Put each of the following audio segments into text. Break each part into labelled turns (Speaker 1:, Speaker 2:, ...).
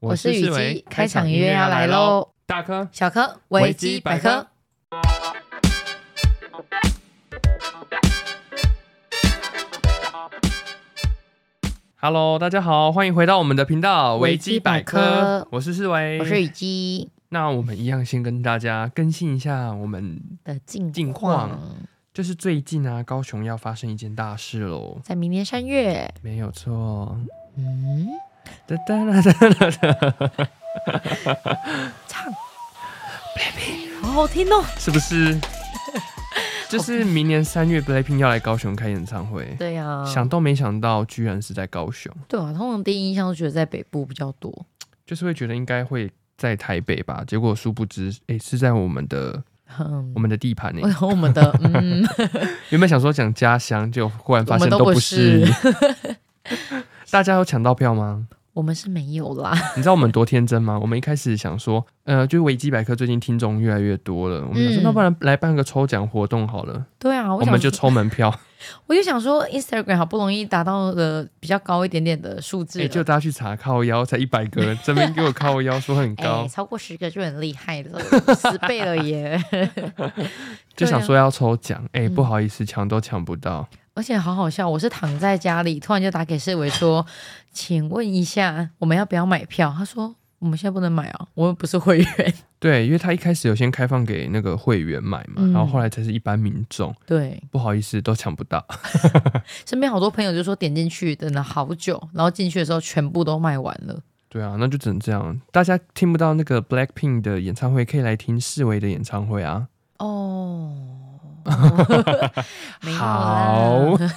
Speaker 1: 我是雨
Speaker 2: 雨
Speaker 1: 姬
Speaker 2: 姬，，
Speaker 1: 开
Speaker 2: 开
Speaker 1: 场
Speaker 2: 场
Speaker 1: 音
Speaker 2: 音
Speaker 1: 乐
Speaker 2: 乐
Speaker 1: 要
Speaker 2: 要
Speaker 1: 来
Speaker 2: 来
Speaker 1: 喽
Speaker 2: 喽！！
Speaker 1: 大科，
Speaker 2: 小科
Speaker 1: 维
Speaker 2: 维
Speaker 1: 基
Speaker 2: 基
Speaker 1: 百
Speaker 2: 百
Speaker 1: 科
Speaker 2: 科，
Speaker 1: Hello，大家好，欢迎回到我们的频道
Speaker 2: 维
Speaker 1: 维基
Speaker 2: 基
Speaker 1: 百
Speaker 2: 百
Speaker 1: 科
Speaker 2: 科，
Speaker 1: 我是世维，
Speaker 2: 我是雨姬
Speaker 1: 那我们一样先跟大家更新一下，我们
Speaker 2: 的近
Speaker 1: 近况
Speaker 2: 况，
Speaker 1: 就是最近啊，高雄要发生一件大事喽，
Speaker 2: 在明年三月，
Speaker 1: 没有错。
Speaker 2: 嗯，
Speaker 1: 哒哒哒哒 哒
Speaker 2: 唱好好听哦。
Speaker 1: 是不 是？就是明年三月 BLACKPINK 要来高雄开演唱会，
Speaker 2: 对呀，
Speaker 1: 想都没想到，居然是在高雄，
Speaker 2: 对啊，通常第一印象都觉得在北部比较多，
Speaker 1: 就是会觉得应该会在台北吧，结果殊不知，哎、是在我们的
Speaker 2: 嗯
Speaker 1: 我，们的地盘呢、
Speaker 2: 我我们的嗯，
Speaker 1: 原本想说讲家乡，结果忽然发现
Speaker 2: 我们都
Speaker 1: 都不
Speaker 2: 不
Speaker 1: 是
Speaker 2: 是。
Speaker 1: 大家有抢到票吗？
Speaker 2: 我们是没有啦，
Speaker 1: 你知道我们多天真吗？我们一开始想说，呃，就是维基百科最近听众越来越多了，我们想说，
Speaker 2: 嗯
Speaker 1: 那不然来办个抽奖活动好了，
Speaker 2: 对啊，
Speaker 1: 我
Speaker 2: 想
Speaker 1: 们就
Speaker 2: 说
Speaker 1: 抽门 票，哎
Speaker 2: 我就想说，Instagram 好不容易达到了比较高一点点的数字
Speaker 1: 哎、
Speaker 2: 了，
Speaker 1: 就大家去查靠腰，才一百个，这边给我靠腰说很
Speaker 2: 哎、
Speaker 1: 高，
Speaker 2: 超过十个就很厉害了，十倍了耶！
Speaker 1: 就想说要抽奖，哎、
Speaker 2: 嗯
Speaker 1: 不好意思，抢都抢不到，
Speaker 2: 而且好好笑，我是躺在家里，突然就打给世伟 说：“请问一下，我们要不要买票？”他说：“我们现在不能买啊，我们不是会员。
Speaker 1: 对，因为他一开始有先开放给那个会员买嘛，
Speaker 2: 嗯
Speaker 1: 然后后来才是一般民众，”
Speaker 2: 对，
Speaker 1: 不好意思，都抢不到，
Speaker 2: 身边好多朋友就说点进去等了好久，然后进去的时候全部都卖完了。
Speaker 1: 对啊，那就只能这样，大家听不到那个 Blackpink 的演唱会，可以来听世维的演唱会啊，
Speaker 2: 哦， 没有
Speaker 1: 好
Speaker 2: 啦。，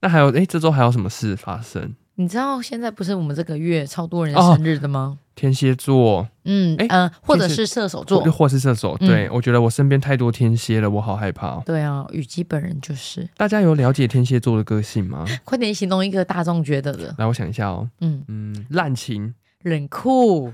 Speaker 1: 那还有，哎、这周还有什么事发生？
Speaker 2: 你知道现在不是我们这个月超多人的生日的吗？
Speaker 1: 天蝎座，
Speaker 2: 嗯
Speaker 1: 哎
Speaker 2: 嗯、呃或者
Speaker 1: 其实
Speaker 2: 哦是射手
Speaker 1: 或
Speaker 2: 座。
Speaker 1: 或是射手，
Speaker 2: 嗯
Speaker 1: 对、我觉得我身边太多天蝎了，我好害怕、哦。
Speaker 2: 对啊，雨姬本人就是，
Speaker 1: 大家有了解天蝎座的个性 吗？
Speaker 2: 快点形容一个大众觉得的，
Speaker 1: 来，我想一下哦，
Speaker 2: 嗯，
Speaker 1: 嗯，滥情，
Speaker 2: 冷酷，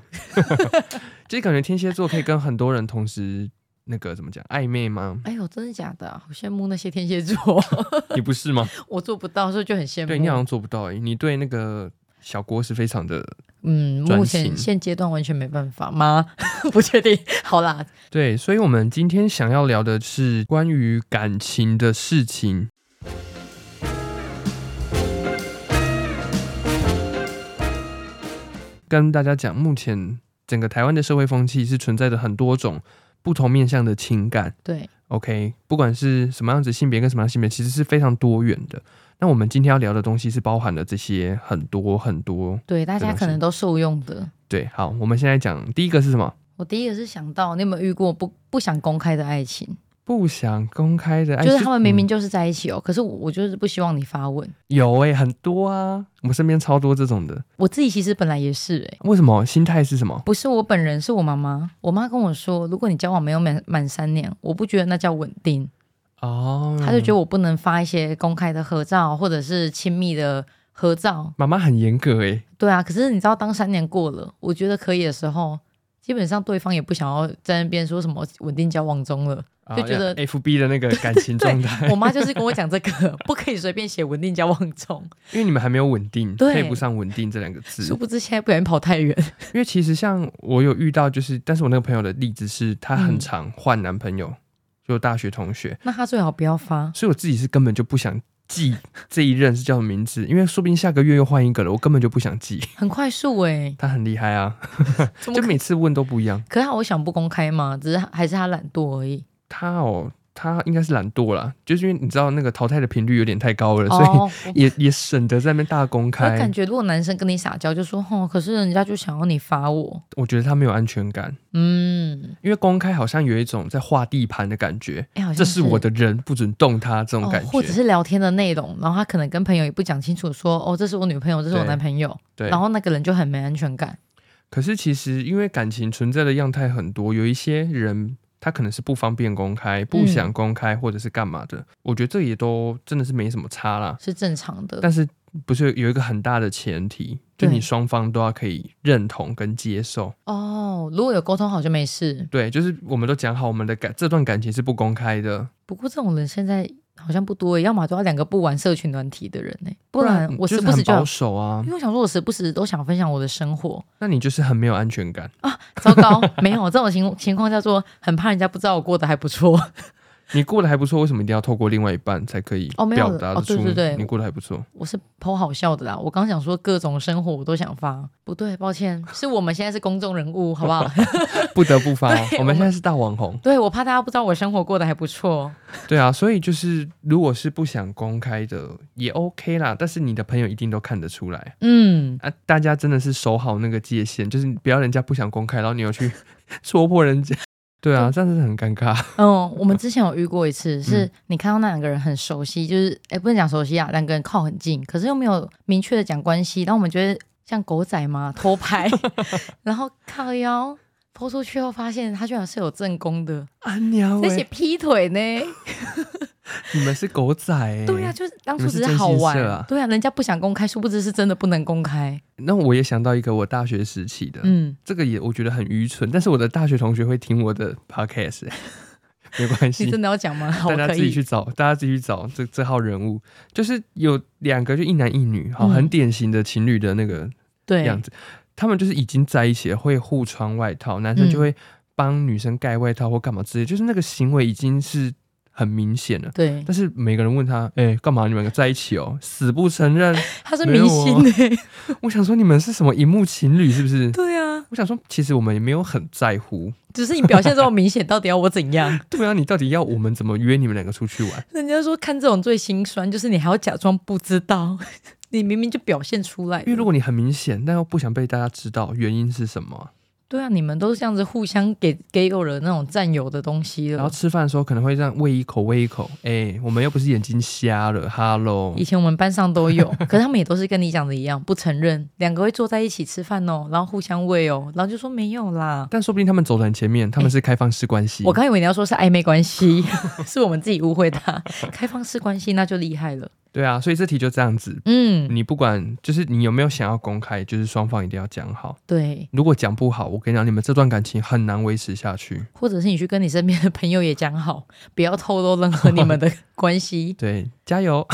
Speaker 1: 就是感觉天蝎座可以跟很多人同时那个怎么讲暧昧吗？
Speaker 2: 哎呦，真的假的啊、好羡慕那些天蝎座，
Speaker 1: 你不是吗？
Speaker 2: 我做不到，所以就很羡慕。
Speaker 1: 对你好像做不到诶、你对那个小郭是非常的
Speaker 2: 嗯，
Speaker 1: 专
Speaker 2: 目前
Speaker 1: 情
Speaker 2: 现阶段完全没办法吗？ 不确定。好啦，
Speaker 1: 对，所以我们今天想要聊的是关于感情的事情。跟大家讲，目前整个台湾的社会风气是存在着很多种不同面向的情感。
Speaker 2: 对，
Speaker 1: OK，不管是什么样子性别跟什么样性别，其实是非常多元的。那我们今天要聊的东西是包含了这些很多很多。
Speaker 2: 对，大
Speaker 1: 真
Speaker 2: 家
Speaker 1: 的
Speaker 2: 可
Speaker 1: 是
Speaker 2: 能都受用的。
Speaker 1: 对，好，我们现在讲第一个是什么？
Speaker 2: 我第一个是想到，你有没有遇过不不想公开的爱情？
Speaker 1: 不想公开的爱，
Speaker 2: 就是他们明明
Speaker 1: 嗯
Speaker 2: 就是在一起哦，可是我我就是不希望你发问。
Speaker 1: 有哎、很多啊，我们身边超多这种的。
Speaker 2: 我自己其实本来也是哎、
Speaker 1: 为什么？心态是什么？
Speaker 2: 不是我本人，是我妈妈。我妈跟我说，如果你交往没有满满三年，我不觉得那叫稳定。
Speaker 1: 哦，
Speaker 2: 她就觉得我不能发一些公开的合照，或者是亲密的合照。
Speaker 1: 妈妈很严格哎、
Speaker 2: 对啊，可是你知道，当三年过了，我觉得可以的时候，基本上对方也不想要在那边说什么稳定交往中了。
Speaker 1: 啊
Speaker 2: 就觉得
Speaker 1: F B 的那个感情状态，
Speaker 2: 我妈就是跟我讲这个， 不可以随便写稳定交往中，
Speaker 1: 因为你们还没有稳定，
Speaker 2: 对
Speaker 1: 配不上稳定这两个字
Speaker 2: 殊。不知现在不小心跑太远。
Speaker 1: 因为其实像我有遇到，就是，但是我那个朋友的例子是，她很
Speaker 2: 嗯
Speaker 1: 常换男朋友，就大学同学，
Speaker 2: 那她最好不要发。
Speaker 1: 所以我自己是根本就不想 记这一任是叫什么名字，因为说不定下个月又换一个了，我根本就不想记。
Speaker 2: 很快速哎、
Speaker 1: 他很厉害啊，
Speaker 2: 怎么
Speaker 1: 就
Speaker 2: 可
Speaker 1: 每次问都不一样。
Speaker 2: 可是她我想不公开嘛，只是还是她懒惰而已。
Speaker 1: 他哦，他应该是懒惰啦，就是因为你知道那个淘汰的频率有点太高了，所
Speaker 2: 哦，我
Speaker 1: 以也也省得在那边大公
Speaker 2: 我感
Speaker 1: 开。
Speaker 2: 觉如果男生跟你撒娇，就说哦，可是人家就想要你罚我，
Speaker 1: 我觉得他没有安全感，
Speaker 2: 嗯，
Speaker 1: 因为公开好像有一种在画地盘的感觉，
Speaker 2: 哎、好像
Speaker 1: 这是我的人，不准动他这种感
Speaker 2: 哦，
Speaker 1: 觉
Speaker 2: 或。者是聊天的内容，然后他可能跟朋友也不讲清楚说，哦，这是我女朋友，这是我
Speaker 1: 对
Speaker 2: 男朋友，
Speaker 1: 对
Speaker 2: 然，后那个人就很没安全感，
Speaker 1: 可是其实因为感情存在的样态很多，有一些人。他可能是不方便公开，不想
Speaker 2: 嗯
Speaker 1: 公开，或者是干嘛的。我觉得这也都真的是没什么差啦。
Speaker 2: 是正常的。
Speaker 1: 但是不是有一个很大的前提，就
Speaker 2: 对
Speaker 1: 你双方都要可以认同跟接受。
Speaker 2: 哦，如果有沟通好就没事。
Speaker 1: 对，就是我们都讲好，我们的感这段感情是不公开的。
Speaker 2: 不过这种人现在好像不多耶，要么都要两个不玩社群软体的人呢，不
Speaker 1: 不
Speaker 2: 然
Speaker 1: 你
Speaker 2: 我
Speaker 1: 就
Speaker 2: 时
Speaker 1: 是
Speaker 2: 不
Speaker 1: 很
Speaker 2: 时就要
Speaker 1: 保守啊
Speaker 2: 因，为我想说，我时不时都想分享我的生活。
Speaker 1: 那你就是很没有安全感。
Speaker 2: 糟糕，没有这种情情况叫做很怕人家不知道我过得还不错。
Speaker 1: 你过得还不错，为什么一定要透过另外一半才可以
Speaker 2: 哦没有
Speaker 1: 表达得
Speaker 2: 哦对
Speaker 1: 出
Speaker 2: 对对
Speaker 1: 你过得还不错？
Speaker 2: 我是颇好笑的啦，我刚想说各种生活我都想发，不对，抱歉，是我们现在是公众人物，好不好？
Speaker 1: 不得不发哦，
Speaker 2: 对
Speaker 1: 我们现在是大网红，
Speaker 2: 对我怕大家不知道我生活过得还不错。哦
Speaker 1: 对啊，所以就是如果是不想公开的也 OK 啦，但是你的朋友一定都看得出来
Speaker 2: 嗯，
Speaker 1: 啊。大家真的是守好那个界限，就是不要人家不想公开，然后你又去 戳破人家，对啊，这样子很尴尬。
Speaker 2: 嗯，我们之前有遇过一次，是你看到那两个人很熟悉，就是哎，不能讲熟悉啊，两个人靠很近，可是又没有明确的讲关系，然后我们觉得像狗仔嘛，偷 拍，然后靠腰抛出去后，发现他居然是有正宫的，
Speaker 1: 啊 娘
Speaker 2: 而且
Speaker 1: 喂，
Speaker 2: 劈腿呢？
Speaker 1: 你们是狗仔哎、
Speaker 2: 欸对呀、啊，就是当初只
Speaker 1: 你们是
Speaker 2: 好
Speaker 1: 真
Speaker 2: 玩
Speaker 1: 心社啊，
Speaker 2: 对啊，人家不想公开，殊不知是真的不能公开。
Speaker 1: 那我也想到一个我大学时期的，
Speaker 2: 嗯，
Speaker 1: 这个也我觉得很愚蠢，但是我的大学同学会听我的 podcast，、欸、 没关系
Speaker 2: 你，真的要 讲吗？好，
Speaker 1: 大
Speaker 2: 我
Speaker 1: 家
Speaker 2: 可
Speaker 1: 自己
Speaker 2: 以。
Speaker 1: 去找，大家自己去找这这号人物，就是有两个就一男一女，好，
Speaker 2: 嗯
Speaker 1: 很典型的情侣的那个
Speaker 2: 对，
Speaker 1: 样子。他们就是已经在一起了，会互穿外套，男生就
Speaker 2: 嗯
Speaker 1: 会帮女生盖外套或干嘛之类，就是那个行为已经是很明显了。
Speaker 2: 对，
Speaker 1: 但是每个人问他，哎、干嘛你们两个在一起哦？死不承认。
Speaker 2: 他是
Speaker 1: 没有
Speaker 2: 明星呢、
Speaker 1: 我想说你们是什么荧幕情侣是不是？
Speaker 2: 对啊，
Speaker 1: 我想说，其实我们也没有很在乎。
Speaker 2: 只是你表现这么明显，到底要我怎样？
Speaker 1: 对啊，你到底要我们怎么约你们两个出去玩？
Speaker 2: 人家说看这种最心酸，就是你还要假装不知道， 你明明就表现出来了。
Speaker 1: 因为如果你很明显，但又不想被大家知道，原因是什么啊？
Speaker 2: 对啊，你们都是这样子互相给给有了那种占有的东西
Speaker 1: 然后
Speaker 2: 了。
Speaker 1: 吃饭的时候可能会这样喂一口喂一口，哎、我们又不是眼睛瞎了，Hello，
Speaker 2: 以前我们班上都有， 可是他们也都是跟你讲的一样，不承认。两个会坐在一起吃饭哦，然后互相喂哦，然后就说没有啦。
Speaker 1: 但说不定他们走得很前面，他们是开放式关系。
Speaker 2: 哎我刚以为你要说是暧昧关系， 是我们自己误会他。开放式关系那就厉害了。
Speaker 1: 对啊，所以这题就这样子。
Speaker 2: 嗯，
Speaker 1: 你不管就是你有没有想要公开，就是双方一定要讲好。
Speaker 2: 对，
Speaker 1: 如果讲不好，我跟你讲，你们这段感情很难维持下去。
Speaker 2: 或者是你去跟你身边的朋友也讲好，不要透露任何你 们的关系。
Speaker 1: 对，加油！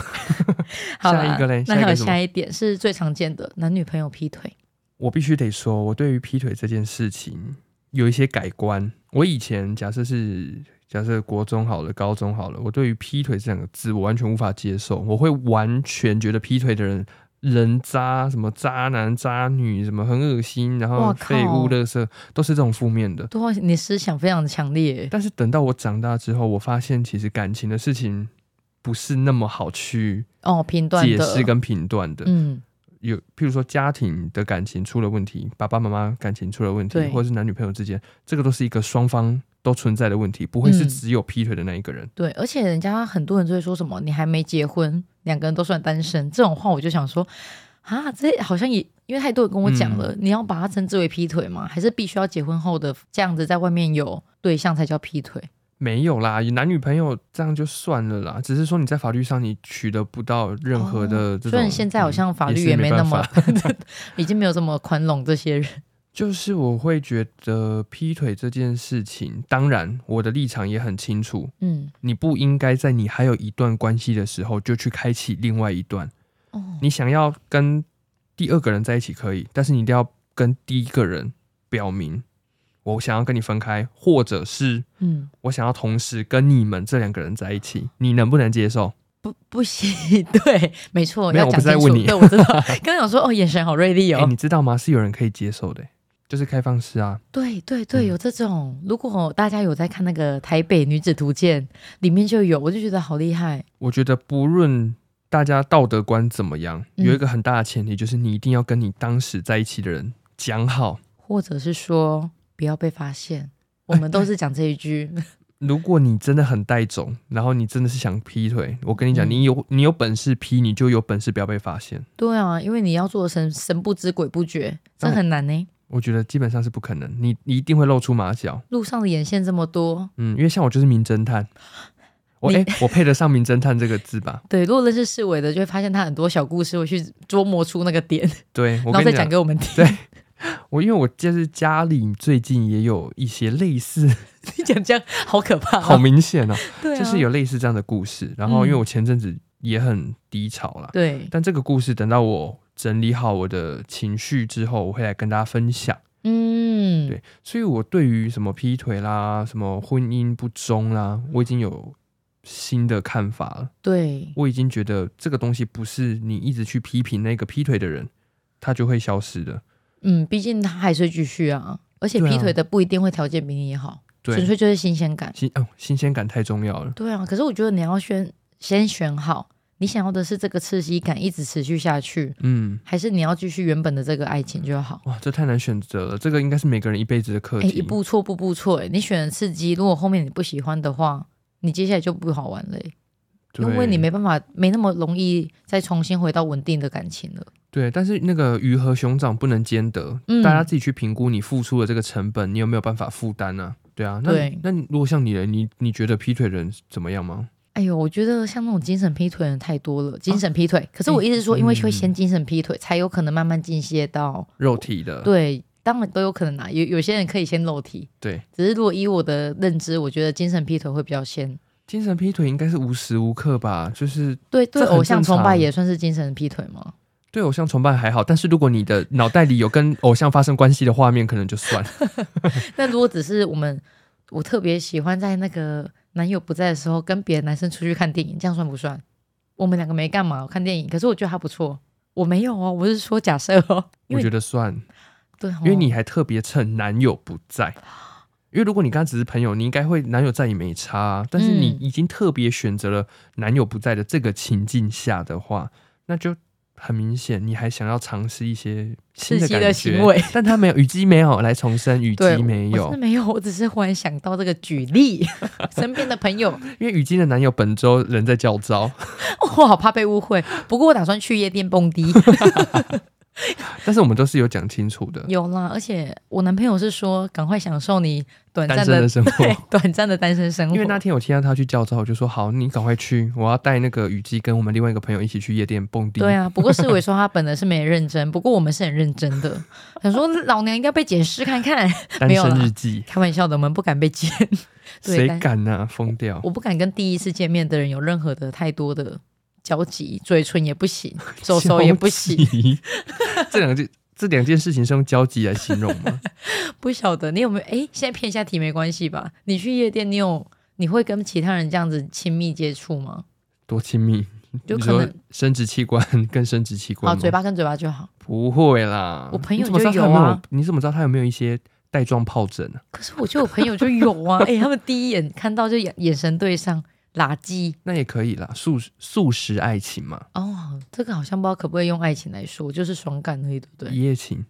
Speaker 2: 好啦
Speaker 1: 下一个嘞
Speaker 2: 那
Speaker 1: 下一
Speaker 2: 还
Speaker 1: 个是
Speaker 2: 有
Speaker 1: 什么
Speaker 2: 下一点是最常见的男女朋友劈腿。
Speaker 1: 我必须得说，我对于劈腿这件事情有一些改观。我以前假设是假设国中好了，高中好了，我对于劈腿这两个字我完全无法接受，我会完全觉得劈腿的人人渣，什么渣男渣女，什么很恶心，然后
Speaker 2: 哇靠
Speaker 1: 废物、垃圾，都是这种负面的。
Speaker 2: 对啊，你思想非常强烈。
Speaker 1: 但是等到我长大之后，我发现其实感情的事情不是那么好去
Speaker 2: 哦，评断
Speaker 1: 解
Speaker 2: 的
Speaker 1: 释跟评断的。
Speaker 2: 嗯，
Speaker 1: 有，譬如说家庭的感情出了问题，爸爸妈妈感情出了问题，
Speaker 2: 对
Speaker 1: 或者是男女朋友之间，这个都是一个双方都存在的问题，不会是
Speaker 2: 嗯
Speaker 1: 只有劈腿的那一个人。
Speaker 2: 对，而且人家很多人就会说什么你还没结婚，两个人都算单身这种话，我就想说啊，这好像也因为太多人跟我讲
Speaker 1: 嗯
Speaker 2: 了，你要把它称之为劈腿吗？还是必须要结婚后的这样子在外面有对象才叫劈腿？
Speaker 1: 没有啦，男女朋友这样就算了啦，只是说你在法律上你取得不到任何的这种。嗯
Speaker 2: 哦虽然现在好像法律也没那么
Speaker 1: 嗯也，
Speaker 2: 已经没有这么宽容这些人。
Speaker 1: 就是我会觉得劈腿这件事情，当然我的立场也很清楚，
Speaker 2: 嗯，
Speaker 1: 你不应该在你还有一段关系的时候就去开启另外一段。
Speaker 2: 哦，
Speaker 1: 你想要跟第二个人在一起可以，但是你一定要跟第一个人表明我想要跟你分开，或者是
Speaker 2: 嗯，
Speaker 1: 我想要同时跟你们这两个人在一起，你能不能接受？
Speaker 2: 不，不行， 对，没错，
Speaker 1: 没有
Speaker 2: 要
Speaker 1: 我
Speaker 2: 讲
Speaker 1: 不是在
Speaker 2: 清
Speaker 1: 问
Speaker 2: 楚。
Speaker 1: 你
Speaker 2: 对，我 知道。刚刚想说，哦，眼神好锐利
Speaker 1: 哎、
Speaker 2: 哦。
Speaker 1: 你知道吗？是有人可以接受的、就是开放式啊。
Speaker 2: 对对
Speaker 1: 嗯
Speaker 2: 对，有这种。如果大家有在看那个《台北女子图鉴》，里面就有，我就觉得好厉害。
Speaker 1: 我觉得不论大家道德观怎么样，
Speaker 2: 嗯
Speaker 1: 有一个很大的前提就是你一定要跟你当时在一起的人讲好。
Speaker 2: 或者是说，不要被发现。我们都是讲这一句，
Speaker 1: 如果你真的很带种，然后你真的是想劈腿，我跟你讲，
Speaker 2: 嗯
Speaker 1: 你有你有本事劈，你就有本事不要被发现。
Speaker 2: 对啊，因为你要做的神神不知鬼不觉，这
Speaker 1: 但我
Speaker 2: 很难呢、
Speaker 1: 我觉得基本上是不可能，你你一定会露出马脚。
Speaker 2: 路上的眼线这么多，
Speaker 1: 嗯，因为像我就是名侦探，我
Speaker 2: 你
Speaker 1: 哎、我配得上名侦探这个字吧？
Speaker 2: 对，如果认识世伟的，就会发现他很多小故事会去琢磨出那个点，
Speaker 1: 对，我
Speaker 2: 然
Speaker 1: 跟
Speaker 2: 后再
Speaker 1: 你
Speaker 2: 讲
Speaker 1: 讲，
Speaker 2: 给我们听。
Speaker 1: 对我因为我就是家里最近也有一些类似，
Speaker 2: 你讲这样好可怕、哦
Speaker 1: 好明显啊，
Speaker 2: 对啊，
Speaker 1: 就是有类似这样的故事。然后因为
Speaker 2: 嗯
Speaker 1: 我前阵子也很低潮啦，
Speaker 2: 对，
Speaker 1: 但这个故事等到我整理好我的情绪之后，我会来跟大家分享。
Speaker 2: 嗯，
Speaker 1: 对，所以我对于什么劈腿啦、什么婚姻不忠啦，我已经有新的看法了。
Speaker 2: 对
Speaker 1: 我已经觉得这个东西不是你一直去批评那个劈腿的人，他就会消失的。
Speaker 2: 嗯，毕竟他还是会继续啊，而且
Speaker 1: 对啊
Speaker 2: 劈腿的不一定会条件比你好，纯
Speaker 1: 对，
Speaker 2: 粹就是新鲜感。
Speaker 1: 新哦新鲜感太重要了。
Speaker 2: 对啊，可是我觉得你要先先选好，你想要的是这个刺激感一直持续下去，
Speaker 1: 嗯，
Speaker 2: 还是你要继续原本的这个爱情就好？
Speaker 1: 哇，这太难选择了。这个应该是每个人一辈子的课
Speaker 2: 哎、
Speaker 1: 题。
Speaker 2: 一步错步步错、欸，你选的刺激，如果后面你不喜欢的话，你接下来就不好玩了欸、
Speaker 1: 对，
Speaker 2: 因为你没办法，没那么容易再重新回到稳定的感情了。
Speaker 1: 对，但是那个鱼和熊掌不能兼得，
Speaker 2: 嗯
Speaker 1: 大家自己去评估你付出的这个成本，你有没有办法负担呢、对啊，那
Speaker 2: 对
Speaker 1: 那你如果像你嘞，你你觉得劈腿人怎么样吗？
Speaker 2: 哎呦，我觉得像那种精神劈腿的人太多
Speaker 1: 哦
Speaker 2: 了，精神劈腿。可是我一直说，因为会先精神劈腿，才有可能慢慢进阶到
Speaker 1: 肉体的，
Speaker 2: 对，当然都有可能啊。有有些人可以先肉体，
Speaker 1: 对，
Speaker 2: 只是如果以我的认知，我觉得精神劈腿会比较先。
Speaker 1: 精神劈腿应该是无时无刻吧，就是
Speaker 2: 对对，
Speaker 1: 这很
Speaker 2: 偶像
Speaker 1: 正
Speaker 2: 崇拜
Speaker 1: 常
Speaker 2: 也算是精神劈腿吗？
Speaker 1: 对偶像崇拜还好，但是如果你的脑袋里有跟偶像发生关系的画面，可能就算。
Speaker 2: 那如果只是我们，我特别喜欢在那个男友不在的时候跟别的男生出去看电影，这样算不算？我们两个没干嘛，看电影，可是我觉得他不错。我没有哦，我是说假设哦，
Speaker 1: 我
Speaker 2: 因为
Speaker 1: 觉得算，
Speaker 2: 对、哦，
Speaker 1: 因为你还特别趁男友不在。因为如果你跟他只是朋友，你应该会男友在也没差啊、但是你
Speaker 2: 嗯
Speaker 1: 已经特别选择了男友不在的这个情境下的话，那就很明显你还想要尝试一些新
Speaker 2: 刺
Speaker 1: 的
Speaker 2: 激
Speaker 1: 感
Speaker 2: 的
Speaker 1: 觉，
Speaker 2: 行为，
Speaker 1: 但他没有，雨姬没有来重申，雨
Speaker 2: 对
Speaker 1: 姬没
Speaker 2: 我
Speaker 1: 有
Speaker 2: 真的，没有，我只是忽然想到这个举例， 身边的朋友，哦
Speaker 1: 因为雨姬的男友本周人在教 招，
Speaker 2: 我好怕被误会。不过我打算去夜店蹦迪，
Speaker 1: 但是我们都是有讲清楚的，
Speaker 2: 有啦，而且我男朋友是说赶快享受你短
Speaker 1: 单
Speaker 2: 暂
Speaker 1: 身
Speaker 2: 的
Speaker 1: 的生活。
Speaker 2: 对短暂的单身生活，
Speaker 1: 因为那天我听到他去叫招，我就说好，你赶快去，我要带那个雨姬跟我们另外一个朋友一起去夜店蹦迪。
Speaker 2: 对啊，不过世伟说他本来是没认真，不过我们是很认真 的，想说老娘应该被检视看看。
Speaker 1: 单
Speaker 2: 没有啦
Speaker 1: 身日记，
Speaker 2: 开玩笑的，我们不敢被检，对
Speaker 1: 谁
Speaker 2: 单
Speaker 1: 敢呢、疯掉！
Speaker 2: 我不敢跟第一次见面的人有任何的太多的交集，嘴唇也 不行，手手也不行，
Speaker 1: 行。 这两件这两件事情是用交集来形容 吗？
Speaker 2: 不晓得你有没有？哎，现在骗一下题没关系吧？你去夜店，你有你会跟其他人这样子亲密接触吗？
Speaker 1: 多亲密？
Speaker 2: 就
Speaker 1: 你
Speaker 2: 可
Speaker 1: 说
Speaker 2: 能
Speaker 1: 生殖器官跟生殖器官
Speaker 2: 好，
Speaker 1: 吗
Speaker 2: 嘴巴跟嘴巴就好。
Speaker 1: 不会啦。
Speaker 2: 我朋友
Speaker 1: 你怎么知道
Speaker 2: 就
Speaker 1: 他
Speaker 2: 有
Speaker 1: 有没
Speaker 2: 啊
Speaker 1: 有？你怎么知道他有没有一些带状疱疹啊？
Speaker 2: 可是我就有朋友就有啊，哎，他们第一眼看到就眼眼神对上，垃圾。
Speaker 1: 那也可以啦，素素食爱情嘛，
Speaker 2: 哦，这个好像不知道可不可以用爱情来说，就是爽感而已，对不对？哎
Speaker 1: 一夜情，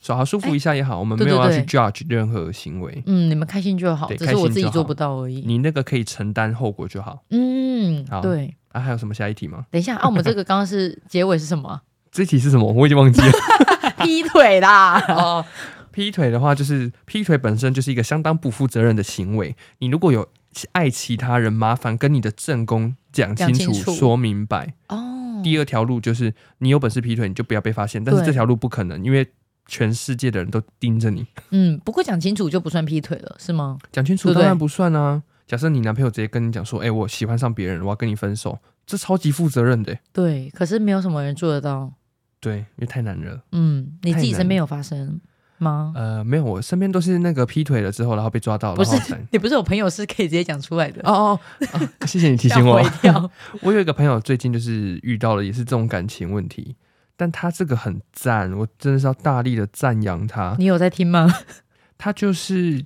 Speaker 1: 耍好舒服一下也好，我们
Speaker 2: 对
Speaker 1: 没有
Speaker 2: 对
Speaker 1: 要去
Speaker 2: 对
Speaker 1: judge 任何行为。
Speaker 2: 嗯，你们开心就好，
Speaker 1: 对
Speaker 2: 只是我
Speaker 1: 开心就好
Speaker 2: 自己做不到而已。
Speaker 1: 你那个可以承担后果就好
Speaker 2: 嗯
Speaker 1: 好，
Speaker 2: 对。
Speaker 1: 啊。还有什么下一题吗？
Speaker 2: 等一下啊，我们这个刚 刚是结尾是什么
Speaker 1: 这题是什么？我已经忘记了。
Speaker 2: 啊？劈腿啦！
Speaker 1: 哦， 劈腿的话，就是劈腿本身就是一个相当不负责任的行为。你如果有爱其他人，麻烦跟你的正宫讲清
Speaker 2: 讲
Speaker 1: 楚、
Speaker 2: 清楚
Speaker 1: 说明白。
Speaker 2: 哦，
Speaker 1: 第二条路就是你有本事劈腿，你就不要被发现。但是
Speaker 2: 对
Speaker 1: 这条路不可能，因为全世界的人都盯着你。
Speaker 2: 嗯，不过讲清楚就不算劈腿了，是吗？
Speaker 1: 讲清楚
Speaker 2: 对不
Speaker 1: 当
Speaker 2: 对
Speaker 1: 然不算啊。假设你男朋友直接跟你讲说：“哎、我喜欢上别人，我要跟你分手。”这超级负责任的、
Speaker 2: 对，可是没有什么人做得到。
Speaker 1: 对，因为太难了。
Speaker 2: 嗯，你自己
Speaker 1: 太难
Speaker 2: 身边有发生吗？
Speaker 1: 呃，没有，我身边都是那个劈腿了之后，然后被抓到，
Speaker 2: 不
Speaker 1: 然
Speaker 2: 是
Speaker 1: 后 才。
Speaker 2: 你不是有朋友是可以直接讲出来的？
Speaker 1: 哦哦哦啊！ 谢谢你提醒我
Speaker 2: 要。毁掉
Speaker 1: 我有一个朋友最近就是遇到了也是这种感情问题，但他这个很赞，我真的是要大力的赞扬他。
Speaker 2: 你有在听吗？
Speaker 1: 他就是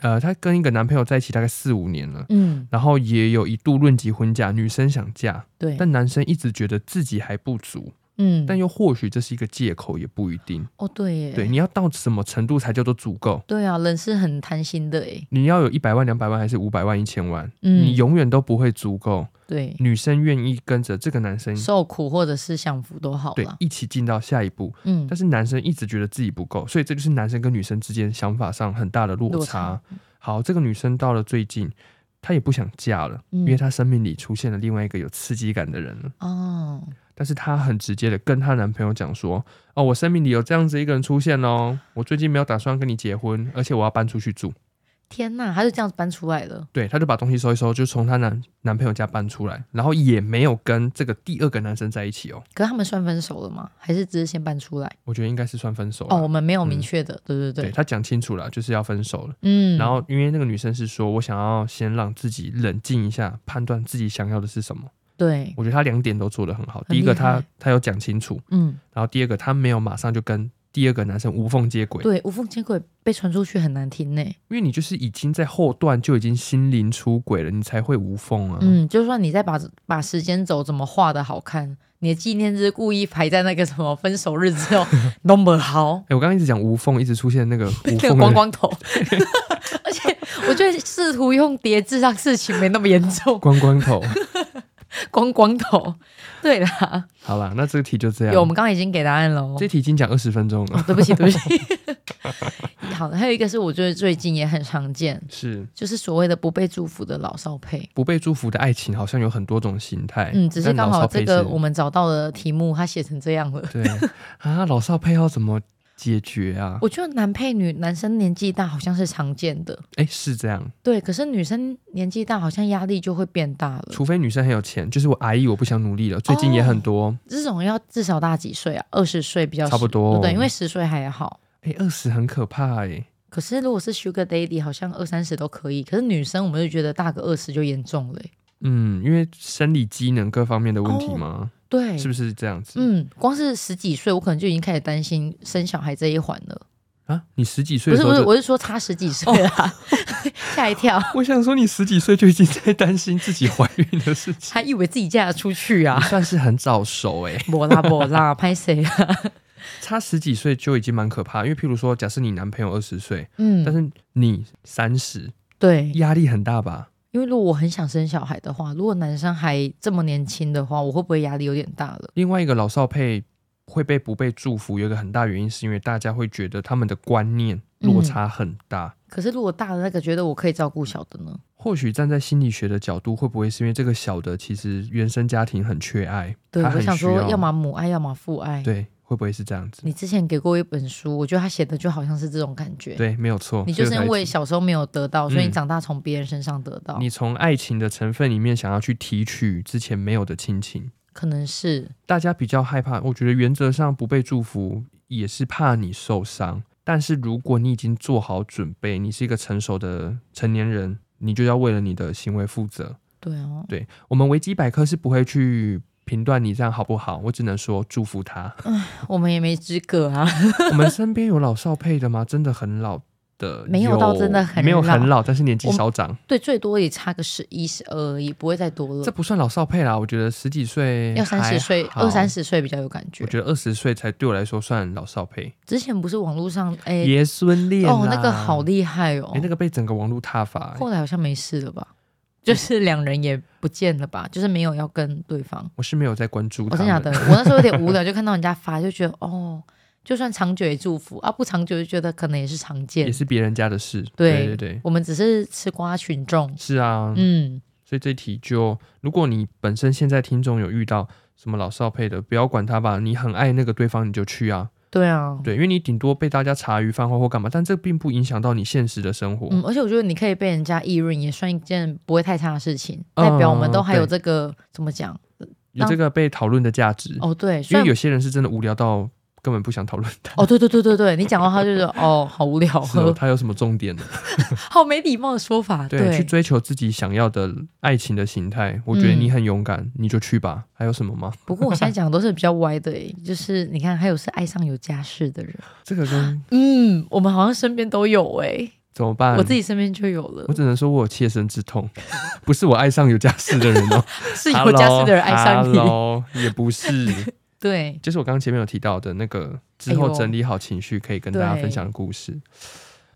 Speaker 1: 呃，他跟一个男朋友在一起大概四五年了，
Speaker 2: 嗯，
Speaker 1: 然后也有一度论及婚嫁，女生想嫁，
Speaker 2: 对，
Speaker 1: 但男生一直觉得自己还不足，
Speaker 2: 嗯，
Speaker 1: 但又或许这是一个借口，也不一定。
Speaker 2: 哦，对耶，
Speaker 1: 对，你要到什么程度才叫做足够？
Speaker 2: 对啊，人是很贪心的诶。
Speaker 1: 你要有一百万、两百万，还是五百万、一千万？
Speaker 2: 嗯
Speaker 1: 你永远都不会足够。
Speaker 2: 对，
Speaker 1: 女生愿意跟着这个男生，
Speaker 2: 受苦或者是享福都
Speaker 1: 嗯
Speaker 2: 好
Speaker 1: 对
Speaker 2: 啦，。
Speaker 1: 一起进到下一步。
Speaker 2: 嗯
Speaker 1: 但，是男生一直觉得自己不够，所以这就是男生跟女生之间想法上很大的落差。
Speaker 2: 落差
Speaker 1: 好，这个女生到了最近，她也不想嫁了，
Speaker 2: 嗯
Speaker 1: 因为她生命里出现了另外一个有刺激感的人了。
Speaker 2: 哦，
Speaker 1: 但是她很直接的跟她男朋友讲说：“哦，我生命里有这样子一个人出现哦，我最近没有打算跟你结婚，而且我要搬出去住。
Speaker 2: 天呐，他就这样子搬出来了。”
Speaker 1: 对，她就把东西收一收，就从她男男朋友家搬出来，然后也没有跟这个第二个男生在一起哦。
Speaker 2: 可是他们算分手了吗？还是只是先搬出来？
Speaker 1: 我觉得应该是算分手了。
Speaker 2: 哦，我们没有明确的，对对
Speaker 1: 嗯对，她讲清楚了，就是要分手了。
Speaker 2: 嗯，
Speaker 1: 然后因为那个女生是说，我想要先让自己冷静一下，判断自己想要的是什么。
Speaker 2: 对，
Speaker 1: 我觉得她两点都做得很好。
Speaker 2: 很
Speaker 1: 第一个
Speaker 2: 厉害
Speaker 1: 她，她有讲清楚，
Speaker 2: 嗯，
Speaker 1: 然后第二个，她没有马上就跟第二个男生无缝接轨，
Speaker 2: 对，无缝接轨被传出去很难听呢。
Speaker 1: 因为你就是已经在后段就已经心灵出轨了，你才会无缝啊。
Speaker 2: 嗯，就算你再把把时间轴怎么画的好看，你的纪念日故意排在那个什么分手日 之后都不好，
Speaker 1: 哎、我刚刚一直讲无缝，一直出现那个无
Speaker 2: 那个
Speaker 1: 缝
Speaker 2: 光
Speaker 1: 的，
Speaker 2: 光头， 而且我觉得试图用叠字让事情没那么严 重，
Speaker 1: 光光头。
Speaker 2: 光光头。对啦，
Speaker 1: 好啦，那这个题就这
Speaker 2: 有我
Speaker 1: 样。
Speaker 2: 们刚刚已经给答案了。哦
Speaker 1: 这题已经讲二十分钟了，
Speaker 2: 对 不起，对不起。好的，还有一个是我觉得最近也很常见，
Speaker 1: 是
Speaker 2: 就是所谓的不被祝福的老少配。
Speaker 1: 不被祝福的爱情，好像有很多种形态。
Speaker 2: 嗯，只是
Speaker 1: 哎但
Speaker 2: 刚
Speaker 1: 老
Speaker 2: 好
Speaker 1: 少配
Speaker 2: 这个
Speaker 1: 是
Speaker 2: 我们找到的题目，它写成这 样了。
Speaker 1: 对啊，老少配要怎么解决啊？
Speaker 2: 我觉得男配女，男生年纪大好像是常见的，
Speaker 1: 哎、是这样，
Speaker 2: 对。可是女生年纪大好像压力就会变大了。
Speaker 1: 除非女生很有钱，就是我阿姨我不想努力了，最近也很多，
Speaker 2: 这种要至少大几岁啊？二十岁比较
Speaker 1: 差不多
Speaker 2: 对，因为十岁还好。
Speaker 1: 哎、二十很可怕哎、
Speaker 2: 可是如果是 Sugar Daddy，好像二三十都可以。可是女生我们就觉得大个二十就严重了欸、
Speaker 1: 嗯，因为生理机能各方面的问题吗？
Speaker 2: 哦对，
Speaker 1: 是不是这样子？
Speaker 2: 嗯，光是十几岁，我可能就已经开始担心生小孩这一环了。
Speaker 1: 啊，你十几岁的
Speaker 2: 不是
Speaker 1: 时
Speaker 2: 不
Speaker 1: 候
Speaker 2: 是，
Speaker 1: 就，
Speaker 2: 我是说差十几岁啊， 吓、一 跳，
Speaker 1: 我想说你十几岁就已经在担心自己怀孕的事 情，
Speaker 2: 还以为自己嫁得出去
Speaker 1: 你
Speaker 2: 啊。
Speaker 1: 算是很早熟哎、
Speaker 2: 我啦我啦，拍谁啊？
Speaker 1: 差十几岁就已经蛮可怕，因为譬如说，假设你男朋友二十岁，但
Speaker 2: 嗯，
Speaker 1: 是你三十，
Speaker 2: 对，
Speaker 1: 压力很大吧？
Speaker 2: 因为如果我很想生小孩的话，如果男生还这么年轻的话，我会不会压力有点大了？
Speaker 1: 另外一个老少配会被不被祝福，有一个很大原因是因为大家会觉得他们的观念落
Speaker 2: 嗯
Speaker 1: 差很大。
Speaker 2: 可是如果大的那个觉得我可以照顾小的呢？
Speaker 1: 或许站在心理学的角度，会不会是因为这个小的其实原生家庭很缺爱，
Speaker 2: 对，
Speaker 1: 他
Speaker 2: 我
Speaker 1: 很
Speaker 2: 想
Speaker 1: 需
Speaker 2: 说，
Speaker 1: 要
Speaker 2: 要么母爱，要么父爱。
Speaker 1: 对，会不会是这样子？
Speaker 2: 你之前给过一本书，我觉得他写的就好像是这种感觉。
Speaker 1: 对，没有错。
Speaker 2: 你就是
Speaker 1: 所以我
Speaker 2: 因
Speaker 1: 才
Speaker 2: 为小时候没有得到，所
Speaker 1: 嗯
Speaker 2: 以你长大从别人身上得到。
Speaker 1: 你从爱情的成分里面想要去提取之前没有的亲情，
Speaker 2: 可能是
Speaker 1: 大家比较害怕。我觉得原则上不被祝福也是怕你受伤，但是如果你已经做好准备，你是一个成熟的成年人，你就要为了你的行为负责。
Speaker 2: 对哦，
Speaker 1: 对啊我们维基百科是不会去评断你这样好不好，我只能说祝福他。
Speaker 2: 我们也没资格啊。
Speaker 1: 我们身边有老少配的吗？真的很老的，
Speaker 2: 没有到真的很
Speaker 1: 没有
Speaker 2: 老
Speaker 1: 很老，但是年纪
Speaker 2: 我们
Speaker 1: 稍长，
Speaker 2: 对，最多也差个十一、十二而已，不会再多
Speaker 1: 这
Speaker 2: 了。
Speaker 1: 不算老少配啦。我觉得十几岁，
Speaker 2: 要三十岁，二三，十岁比较有感觉
Speaker 1: 我。觉得二十岁才对我来说算老少配。
Speaker 2: 之前不是网络上哎、
Speaker 1: 爷孙恋啊
Speaker 2: 哦，
Speaker 1: 啦
Speaker 2: 那个好，厉害哦
Speaker 1: 哎，，那个被整个网络踏伐。哎
Speaker 2: 后来好像没事了吧？就是两人也不见了吧？就是没有要跟对方。
Speaker 1: 我是没有在关注
Speaker 2: 我、
Speaker 1: 他
Speaker 2: 哦真假的
Speaker 1: 们，，
Speaker 2: 我那时候有点无聊，就看到人家发，就觉得哦，就算长久也祝福啊，不长久就觉得可能也是常见
Speaker 1: 也。是别人家的事。
Speaker 2: 对
Speaker 1: 对对，
Speaker 2: 我们只是吃瓜群众。
Speaker 1: 是啊，
Speaker 2: 嗯，
Speaker 1: 所以这题就，如果你本身现在听众有遇到什么老少配的，不要管他吧，你很爱那个对方你就去啊，
Speaker 2: 对啊，
Speaker 1: 对，因为你顶多被大家茶余饭后或干嘛，但这并不影响到你现实的生活。
Speaker 2: 嗯，而且我觉得你可以被人家议论，也算一件不会太差的事情，
Speaker 1: 嗯
Speaker 2: 代表我们都还有
Speaker 1: 对
Speaker 2: 这个怎么讲？
Speaker 1: 有这个被讨论的价值，
Speaker 2: 哦，对，
Speaker 1: 嗯
Speaker 2: 虽
Speaker 1: 因为
Speaker 2: 然
Speaker 1: 有些人是真的无聊到根本不想讨论他。
Speaker 2: 哦，对对对对对，你讲到他就是哦，好无聊
Speaker 1: 是哦，
Speaker 2: 哦，
Speaker 1: 他有什么重点呢？
Speaker 2: 好没礼貌的说法，
Speaker 1: 对，去追求自己想要的爱情的形态，我觉得
Speaker 2: 嗯
Speaker 1: 你很勇敢，你就去吧。还有什么吗？
Speaker 2: 不过我现在讲的都是比较歪的诶，就是你看，还有是爱上有家室的人，
Speaker 1: 这个 跟
Speaker 2: 嗯，我们好像身边都有诶，
Speaker 1: 怎么办？
Speaker 2: 我自己身边就有了
Speaker 1: 嗯我，只能说我有切身之痛， 不是我爱上有家室的人哦，
Speaker 2: 是有家室的人爱上你，
Speaker 1: Hello，也不 是，
Speaker 2: 对，
Speaker 1: 就是我刚刚前面有提到的那个之
Speaker 2: 哎
Speaker 1: 后
Speaker 2: 呦
Speaker 1: 整理好情绪可以跟大家
Speaker 2: 对
Speaker 1: 分享的故事。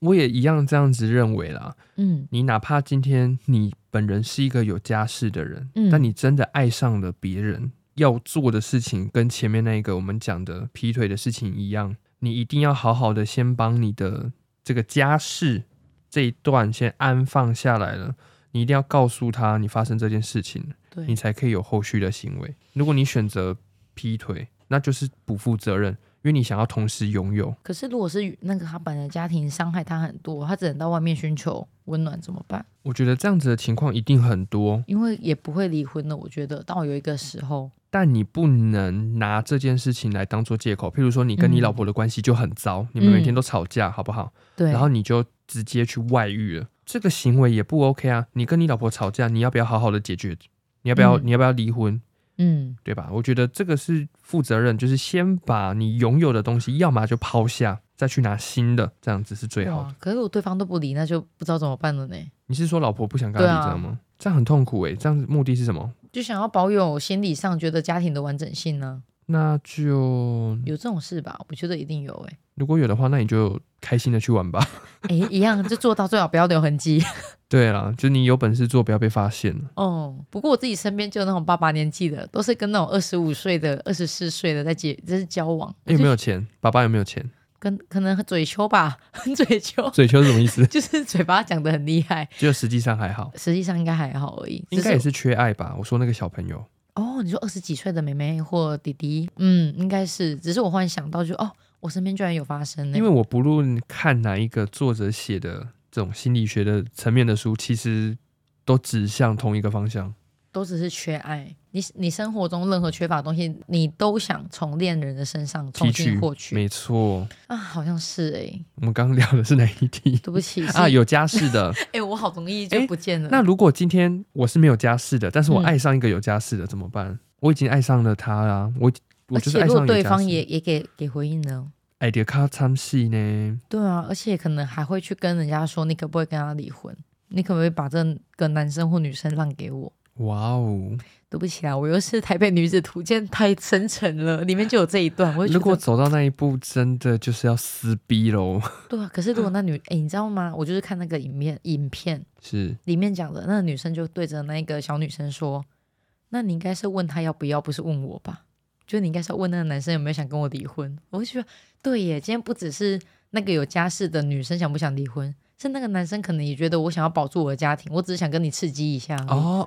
Speaker 1: 我也一样这样子认为啦。
Speaker 2: 嗯，
Speaker 1: 你哪怕今天你本人是一个有家室的人，
Speaker 2: 嗯
Speaker 1: 但你真的爱上了别人，要做的事情跟前面那个我们讲的劈腿的事情一样，你一定要好好的先帮你的这个家室这一段先安放下来了。你一定要告诉他你发生这件事情，
Speaker 2: 对
Speaker 1: 你，才可以有后续的行为。如果你选择劈腿，那就是不负责任，因为你想要同时拥有。
Speaker 2: 可是如果是那个他本来家庭伤害他很多，他只能到外面寻求温暖怎么办？
Speaker 1: 我觉得这样子的情况一定很多，
Speaker 2: 因为也不会离婚的，我觉得到有一个时候，
Speaker 1: 但你不能拿这件事情来当做借口。譬如说，你跟你
Speaker 2: 嗯
Speaker 1: 老婆的关系就很糟，你们每天
Speaker 2: 嗯
Speaker 1: 都吵架，好不好？
Speaker 2: 对，
Speaker 1: 然后你就直接去外遇了，这个行为也不 OK 啊。你跟你老婆吵架，你要不要好好的解决？你要不要、
Speaker 2: 嗯
Speaker 1: 你要不要离婚？
Speaker 2: 嗯，
Speaker 1: 对吧？我觉得这个是负责任，就是先把你拥有的东西，要么就抛下，再去拿新的，这样子是最好的。
Speaker 2: 哇，可是如果对方啊都不理，那就不知道怎么办了呢。
Speaker 1: 你是说老婆不想跟他离
Speaker 2: 对啊
Speaker 1: 婚吗？这样很痛苦诶、欸这样子目的是什么？
Speaker 2: 就想要保有心理上觉得家庭的完整性呢，
Speaker 1: 那就
Speaker 2: 有这种事吧？我觉得一定有、欸，
Speaker 1: 如果有的话，那你就开心的去玩吧。
Speaker 2: 哎，一样就做到最好不要留痕迹。
Speaker 1: 对啦，就你有本事做，不要被发现了。
Speaker 2: 哦，不过我自己身边就有那种爸爸年纪的，都是跟那种二十五岁的、二十四岁的在结，就是交往，
Speaker 1: 诶有没有钱？爸爸有没有钱？
Speaker 2: 跟可能很嘴丘吧， 很嘴丘，？
Speaker 1: 嘴球是什么意思
Speaker 2: 就是嘴巴讲的很厉害，
Speaker 1: 就实际上还好，
Speaker 2: 实际上应该还好而已。
Speaker 1: 应该也
Speaker 2: 只
Speaker 1: 是缺爱吧。我说那个小朋友，
Speaker 2: 哦，你说二十几岁的妹妹或弟弟，嗯，应该是，只是我忽然想到就，哦，我身边居然有发生呢、
Speaker 1: 因为我不论看哪一个作者写的这种心理学的层面的书，其实都指向同一个方向。
Speaker 2: 都只是缺爱。你你生活中任何缺乏的东西，你都想从恋人的身上重
Speaker 1: 提
Speaker 2: 新
Speaker 1: 取
Speaker 2: 获，取
Speaker 1: 没错。
Speaker 2: 啊，好像是哎、
Speaker 1: 我们刚刚聊的是哪一题
Speaker 2: 对不起
Speaker 1: 啊？
Speaker 2: 是
Speaker 1: 有家室 的。
Speaker 2: 哎、我好容易就
Speaker 1: 哎
Speaker 2: 不见了。
Speaker 1: 那如果今天我是没有家室的，但是我
Speaker 2: 嗯
Speaker 1: 爱上一个有家室的，怎么办？我已经爱上了他啦，我我
Speaker 2: 而
Speaker 1: 就是
Speaker 2: 且
Speaker 1: 爱
Speaker 2: 如
Speaker 1: 上
Speaker 2: 果
Speaker 1: 有家室
Speaker 2: 对方也也给给回应呢？
Speaker 1: 爱的卡参戏呢，
Speaker 2: 对啊，而且可能还会去跟人家说，你可不可以跟他离婚？你可不可以把这个男生或女生让给我？
Speaker 1: 哇哦！
Speaker 2: 对不起啊，我又是台北女子图鉴，太深沉了，里面就有这一段。我就觉得
Speaker 1: 如果走到那一步，真的就是要撕逼喽。
Speaker 2: 对啊，可是如果那女，哎、你知道吗？我就是看那个影片，影片
Speaker 1: 是
Speaker 2: 里面讲的，那个女生就对着那个小女生说：“那你应该是问他要不要，不是问我吧？就你应该是要问那个男生有没有想跟我离婚。”我就觉得，对耶，今天不只是那个有家室的女生想不想离婚，是那个男生可能也觉得我想要保住我的家庭，我只是想跟你刺激一下，哦、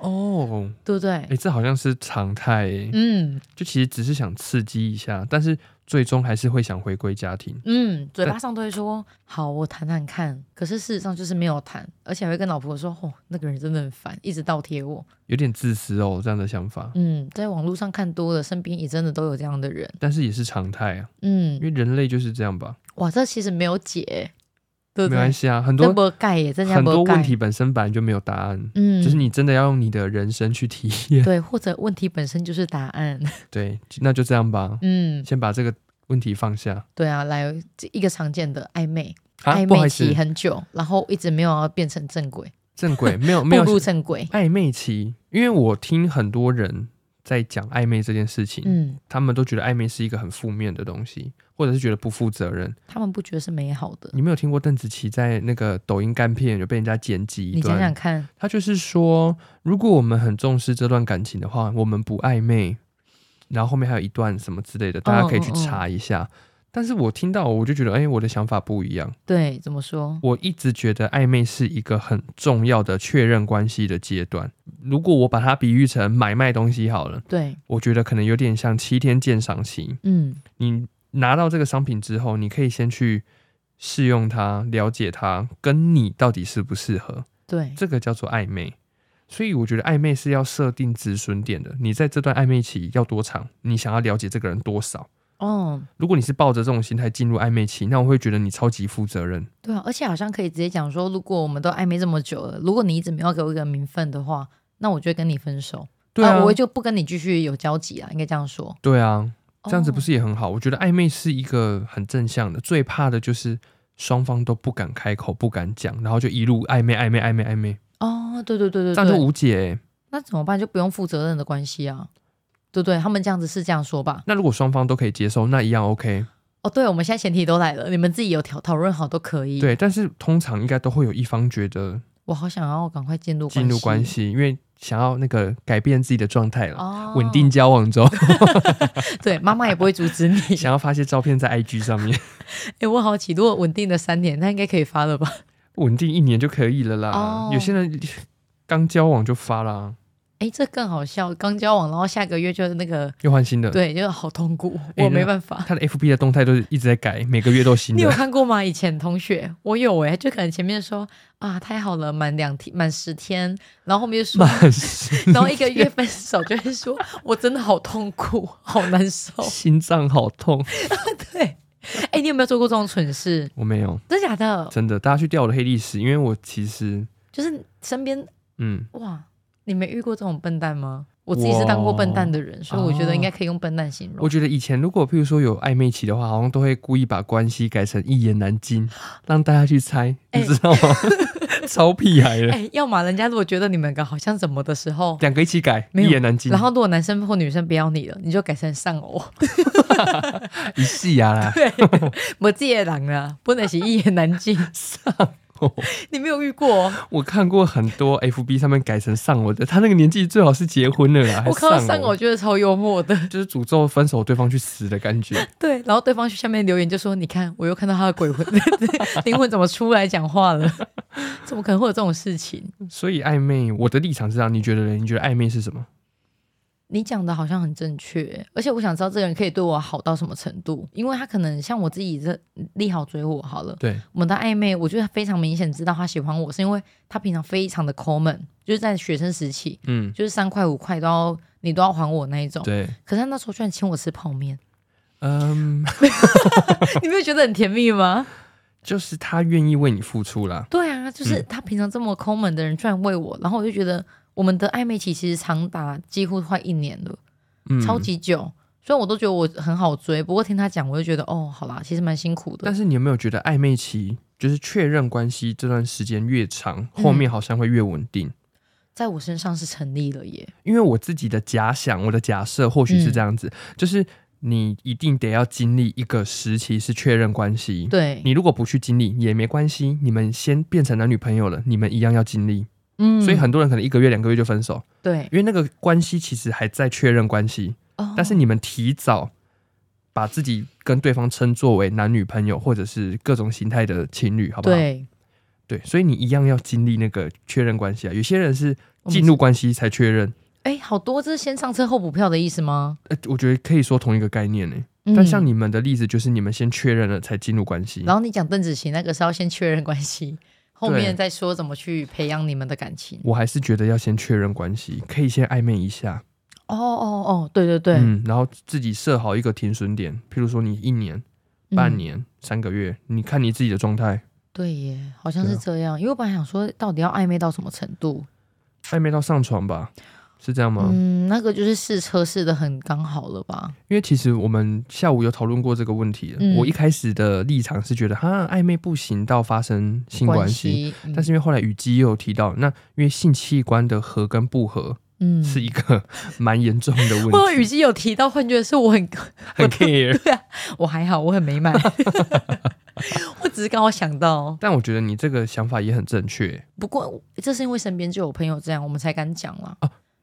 Speaker 1: 哦哦，
Speaker 2: 对不对？
Speaker 1: 哎、这好像是常态、欸，
Speaker 2: 嗯
Speaker 1: 就其实只是想刺激一下，但是最终还是会想回归家庭。
Speaker 2: 嗯，嘴巴上都会说好，我谈谈看，可是事实上就是没有谈，而且还会跟老婆说，哦，那个人真的很烦，一直倒贴我。
Speaker 1: 有点自私哦，这样的想法，
Speaker 2: 嗯，在网络上看多了，身边也真的都有这样的人。
Speaker 1: 但是也是常态啊，
Speaker 2: 嗯
Speaker 1: 因，为人类就是这样吧。
Speaker 2: 哇，这其实没有解欸，对不
Speaker 1: 没关
Speaker 2: 对？
Speaker 1: 系啊，很
Speaker 2: 这
Speaker 1: 多
Speaker 2: 不盖耶，增加
Speaker 1: 很多
Speaker 2: 不盖
Speaker 1: 问，题本身本来就没有答案，
Speaker 2: 嗯，
Speaker 1: 就是你真的要用你的人生去体验。
Speaker 2: 对，或者问题本身就是答案，
Speaker 1: 对，那就这样吧，
Speaker 2: 嗯，
Speaker 1: 先把这个问题放下。
Speaker 2: 对啊，来这一个常见的暧昧，
Speaker 1: 啊，
Speaker 2: 暧
Speaker 1: 不好
Speaker 2: 昧
Speaker 1: 意思
Speaker 2: 期， 很久，然后一直没有要变成正轨，
Speaker 1: 正轨没有
Speaker 2: 步
Speaker 1: 没有
Speaker 2: 入正轨，
Speaker 1: 暧昧期，因为我听很多人在讲暧昧这件事情，
Speaker 2: 嗯，
Speaker 1: 他们都觉得暧昧是一个很负面的东西，或者是觉得不负责任。
Speaker 2: 他们不觉得是美好的，
Speaker 1: 你没有听过邓紫棋在那个抖音干片有被人家剪辑一
Speaker 2: 你想想
Speaker 1: 段，
Speaker 2: 看，
Speaker 1: 她就是说，如果我们很重视这段感情的话，我们不暧昧。然后后面还有一段什么之类的，大家可以去
Speaker 2: 嗯嗯
Speaker 1: 查一下。但是我听到我就觉得，哎，我的想法不一样。
Speaker 2: 对，怎么说？
Speaker 1: 我一直觉得暧昧是一个很重要的确认关系的阶段。如果我把它比喻成买卖东西好了，
Speaker 2: 对，
Speaker 1: 我觉得可能有点像七天鉴赏期。
Speaker 2: 嗯
Speaker 1: 你拿到这个商品之后，你可以先去试用它，了解它跟你到底适不适合，
Speaker 2: 对，
Speaker 1: 这个叫做暧昧。所以我觉得暧昧是要设定止损点的。你在这段暧昧期要多长？你想要了解这个人多少？
Speaker 2: 哦，
Speaker 1: 如果你是抱着这种心态进入暧昧期，那我会觉得你超级负责任。
Speaker 2: 对啊，而且好像可以直接讲说，如果我们都暧昧这么久了，如果你一直没有给我一个名分的话，那我就会跟你分手。
Speaker 1: 对啊，
Speaker 2: 我会就不跟你继续有交集啊，应该这样说。
Speaker 1: 对啊，这样子不
Speaker 2: 哦
Speaker 1: 是也很好？我觉得暧昧是一个很正向的，最怕的就是双方都不敢开口、不敢讲，然后就一路暧昧、暧昧、暧昧、暧昧，
Speaker 2: 哦，对对
Speaker 1: 这
Speaker 2: 对对
Speaker 1: 样就
Speaker 2: 对，
Speaker 1: 无解欸、
Speaker 2: 那怎么办？就不用负责任的关系啊，对不对？他们这样子是这样说吧？
Speaker 1: 那如果双方都可以接受，那一样 OK。
Speaker 2: 哦，对，我们现在前提都来了，你们自己有讨讨论好都可以。，
Speaker 1: 对，但是通常应该都会有一方觉得
Speaker 2: 我好想要赶快进入
Speaker 1: 进入关
Speaker 2: 系
Speaker 1: 系，因为想要那个改变自己的状态了，
Speaker 2: 哦，
Speaker 1: 稳定。交往中，
Speaker 2: 对，妈妈也不会阻止你。
Speaker 1: 想要发些照片在 IG 上面，
Speaker 2: 哎，我好奇，如果稳定的三年，那应该可以发了吧？
Speaker 1: 稳定一年就可以了啦。
Speaker 2: 哦
Speaker 1: 有些人刚交往就发啦，
Speaker 2: 哎，这更好笑，刚交往，然后下个月就那个，
Speaker 1: 又换新的。
Speaker 2: 对，就是好痛苦，
Speaker 1: 哎
Speaker 2: 我没
Speaker 1: 那
Speaker 2: 办法。
Speaker 1: 他的 FB 的动态都是一直在改，每个月都新
Speaker 2: 你有
Speaker 1: 的。
Speaker 2: 看过吗？以前同学，我有哎、就可能前面说啊，太好了，满两天，满十天，然后后面就说，
Speaker 1: 满是
Speaker 2: 然后一个月分手，就会说我真的好痛苦，好 难受。
Speaker 1: 心脏好痛。
Speaker 2: 对，哎、你有没有做过这种蠢事？
Speaker 1: 我没有，
Speaker 2: 真假的？
Speaker 1: 真的，大家去调我的黑历史，因为我其实，
Speaker 2: 就是身边
Speaker 1: 嗯，
Speaker 2: 哇，你没遇过这种笨蛋吗？我自己是当过笨蛋的人，所以我觉得应该可以用笨蛋形容。
Speaker 1: 哦我觉得以前如果譬如说有暧昧期的话，好像都会故意把关系改成一言难 尽，让大家去猜，你
Speaker 2: 哎
Speaker 1: 知道吗？ 超屁孩的，
Speaker 2: 哎、要么人家如果觉得你们两个好像怎么的时候，
Speaker 1: 两个一起改，
Speaker 2: 没
Speaker 1: 一
Speaker 2: 有
Speaker 1: 言难尽，
Speaker 2: 然后如果男生或女生不要你了，你就改成丧 偶。
Speaker 1: 一系牙啦，
Speaker 2: 对，我自己的人啊，不能是一言难尽。
Speaker 1: 偶
Speaker 2: 你没有遇过、哦
Speaker 1: 我看过很多 FB 上面改成丧偶的，他那个年纪最好是结婚了啦，还
Speaker 2: 我看到丧
Speaker 1: 偶
Speaker 2: 偶觉得超幽默的。
Speaker 1: 就是诅咒分手对方去死的感觉。
Speaker 2: 对，然后对方去下面留言就说：“你看，我又看到他的鬼魂 灵魂怎么出来讲话了？ 怎么可能会有这种事情
Speaker 1: 所以暧昧，我的立场是这样，你觉得呢？你觉得暧昧是什么？？”
Speaker 2: 你讲的好像很正确，而且我想知道这个人可以对我好到什么程度，因为他可能像我自己这利好追我好了，
Speaker 1: 对，
Speaker 2: 我们的暧昧，我觉得非常明显知道他喜欢我，是因为他平常非常的抠门，就是在学生时期，
Speaker 1: 嗯，
Speaker 2: 就是三块五块都要你都要还我那一种。
Speaker 1: 对，
Speaker 2: 可是他那时候居然请我吃泡 面，
Speaker 1: 嗯，
Speaker 2: 你没有觉得很甜蜜吗？
Speaker 1: 就是他愿意为你付出啦。
Speaker 2: 对啊，就是他平常这么抠门的人，居然喂我，然后我就觉得我们的暧昧期其实长达几乎快一年了，
Speaker 1: 嗯，
Speaker 2: 超。级久。虽然我都觉得我很好追，不过听他讲，我就觉得哦，好啦，其实蛮辛苦的
Speaker 1: 但。是你有没有觉得暧昧期就是确认关系这段时间越长，
Speaker 2: 嗯
Speaker 1: 后面好像会越稳定？
Speaker 2: 在我身上是成立了耶，
Speaker 1: 因为我自己的假想，我的假设或许是
Speaker 2: 嗯
Speaker 1: 这样子，就是你一定得要经历一个时期是确认关系。
Speaker 2: 对，
Speaker 1: 你如果不去经历也没关系，你们先变成男女朋友了，你们一样要经历。
Speaker 2: 嗯
Speaker 1: 所以很多人可能一个月、两个月就分手，
Speaker 2: 对
Speaker 1: 因为那个关系其实还在确认关系，
Speaker 2: 哦
Speaker 1: 但是你们提早把自己跟对方称作为男女朋友，或者是各种形态的情侣，好不好？
Speaker 2: 对，
Speaker 1: 对，所以你一样要经历那个确认关系啊。有些人是
Speaker 2: 我们
Speaker 1: 进入关系才确认，
Speaker 2: 哎，好多这是先上车后补票的意思吗？
Speaker 1: 呃，我觉得可以说同一个概念呢、欸
Speaker 2: 嗯
Speaker 1: 但像你们的例子，就是你们先确认了才进入关系
Speaker 2: 然。后你讲邓紫棋那个是要先确认 关系，后
Speaker 1: 对嗯
Speaker 2: 面再说怎么去培养你们的感情。
Speaker 1: 我还是觉得要先确认关系，可以先暧昧一下，
Speaker 2: 哦哦哦，对对对，
Speaker 1: 嗯，然后自己设好一个停损点，譬如说你一年、
Speaker 2: 嗯
Speaker 1: 半年、三个月，你看你自己的状态，
Speaker 2: 对耶，好像
Speaker 1: 对
Speaker 2: 是
Speaker 1: 啊
Speaker 2: 这样。因为我本来想说，到底要暧昧到什么程度？
Speaker 1: 暧昧到上床吧，是这样吗？
Speaker 2: 嗯，那个就是试车试的很刚好了吧？
Speaker 1: 因为其实我们下午有讨论过这个问题的。
Speaker 2: 嗯
Speaker 1: 我一开始的立场是觉得，哈，暧昧不行到发生性关系，
Speaker 2: 系，嗯
Speaker 1: 但是因为后来雨姬又有提到，那因为性器官的合跟不合
Speaker 2: 嗯
Speaker 1: 是一个蛮严重的问
Speaker 2: 不过雨
Speaker 1: 题，
Speaker 2: 姬有提到，幻觉得是我很
Speaker 1: 很 care。
Speaker 2: 我还好，我很美 满，我只是刚好想到。
Speaker 1: 但我觉得你这个想法也很正确，
Speaker 2: 不过这是因为身边就有朋友这样，我们才敢讲啦。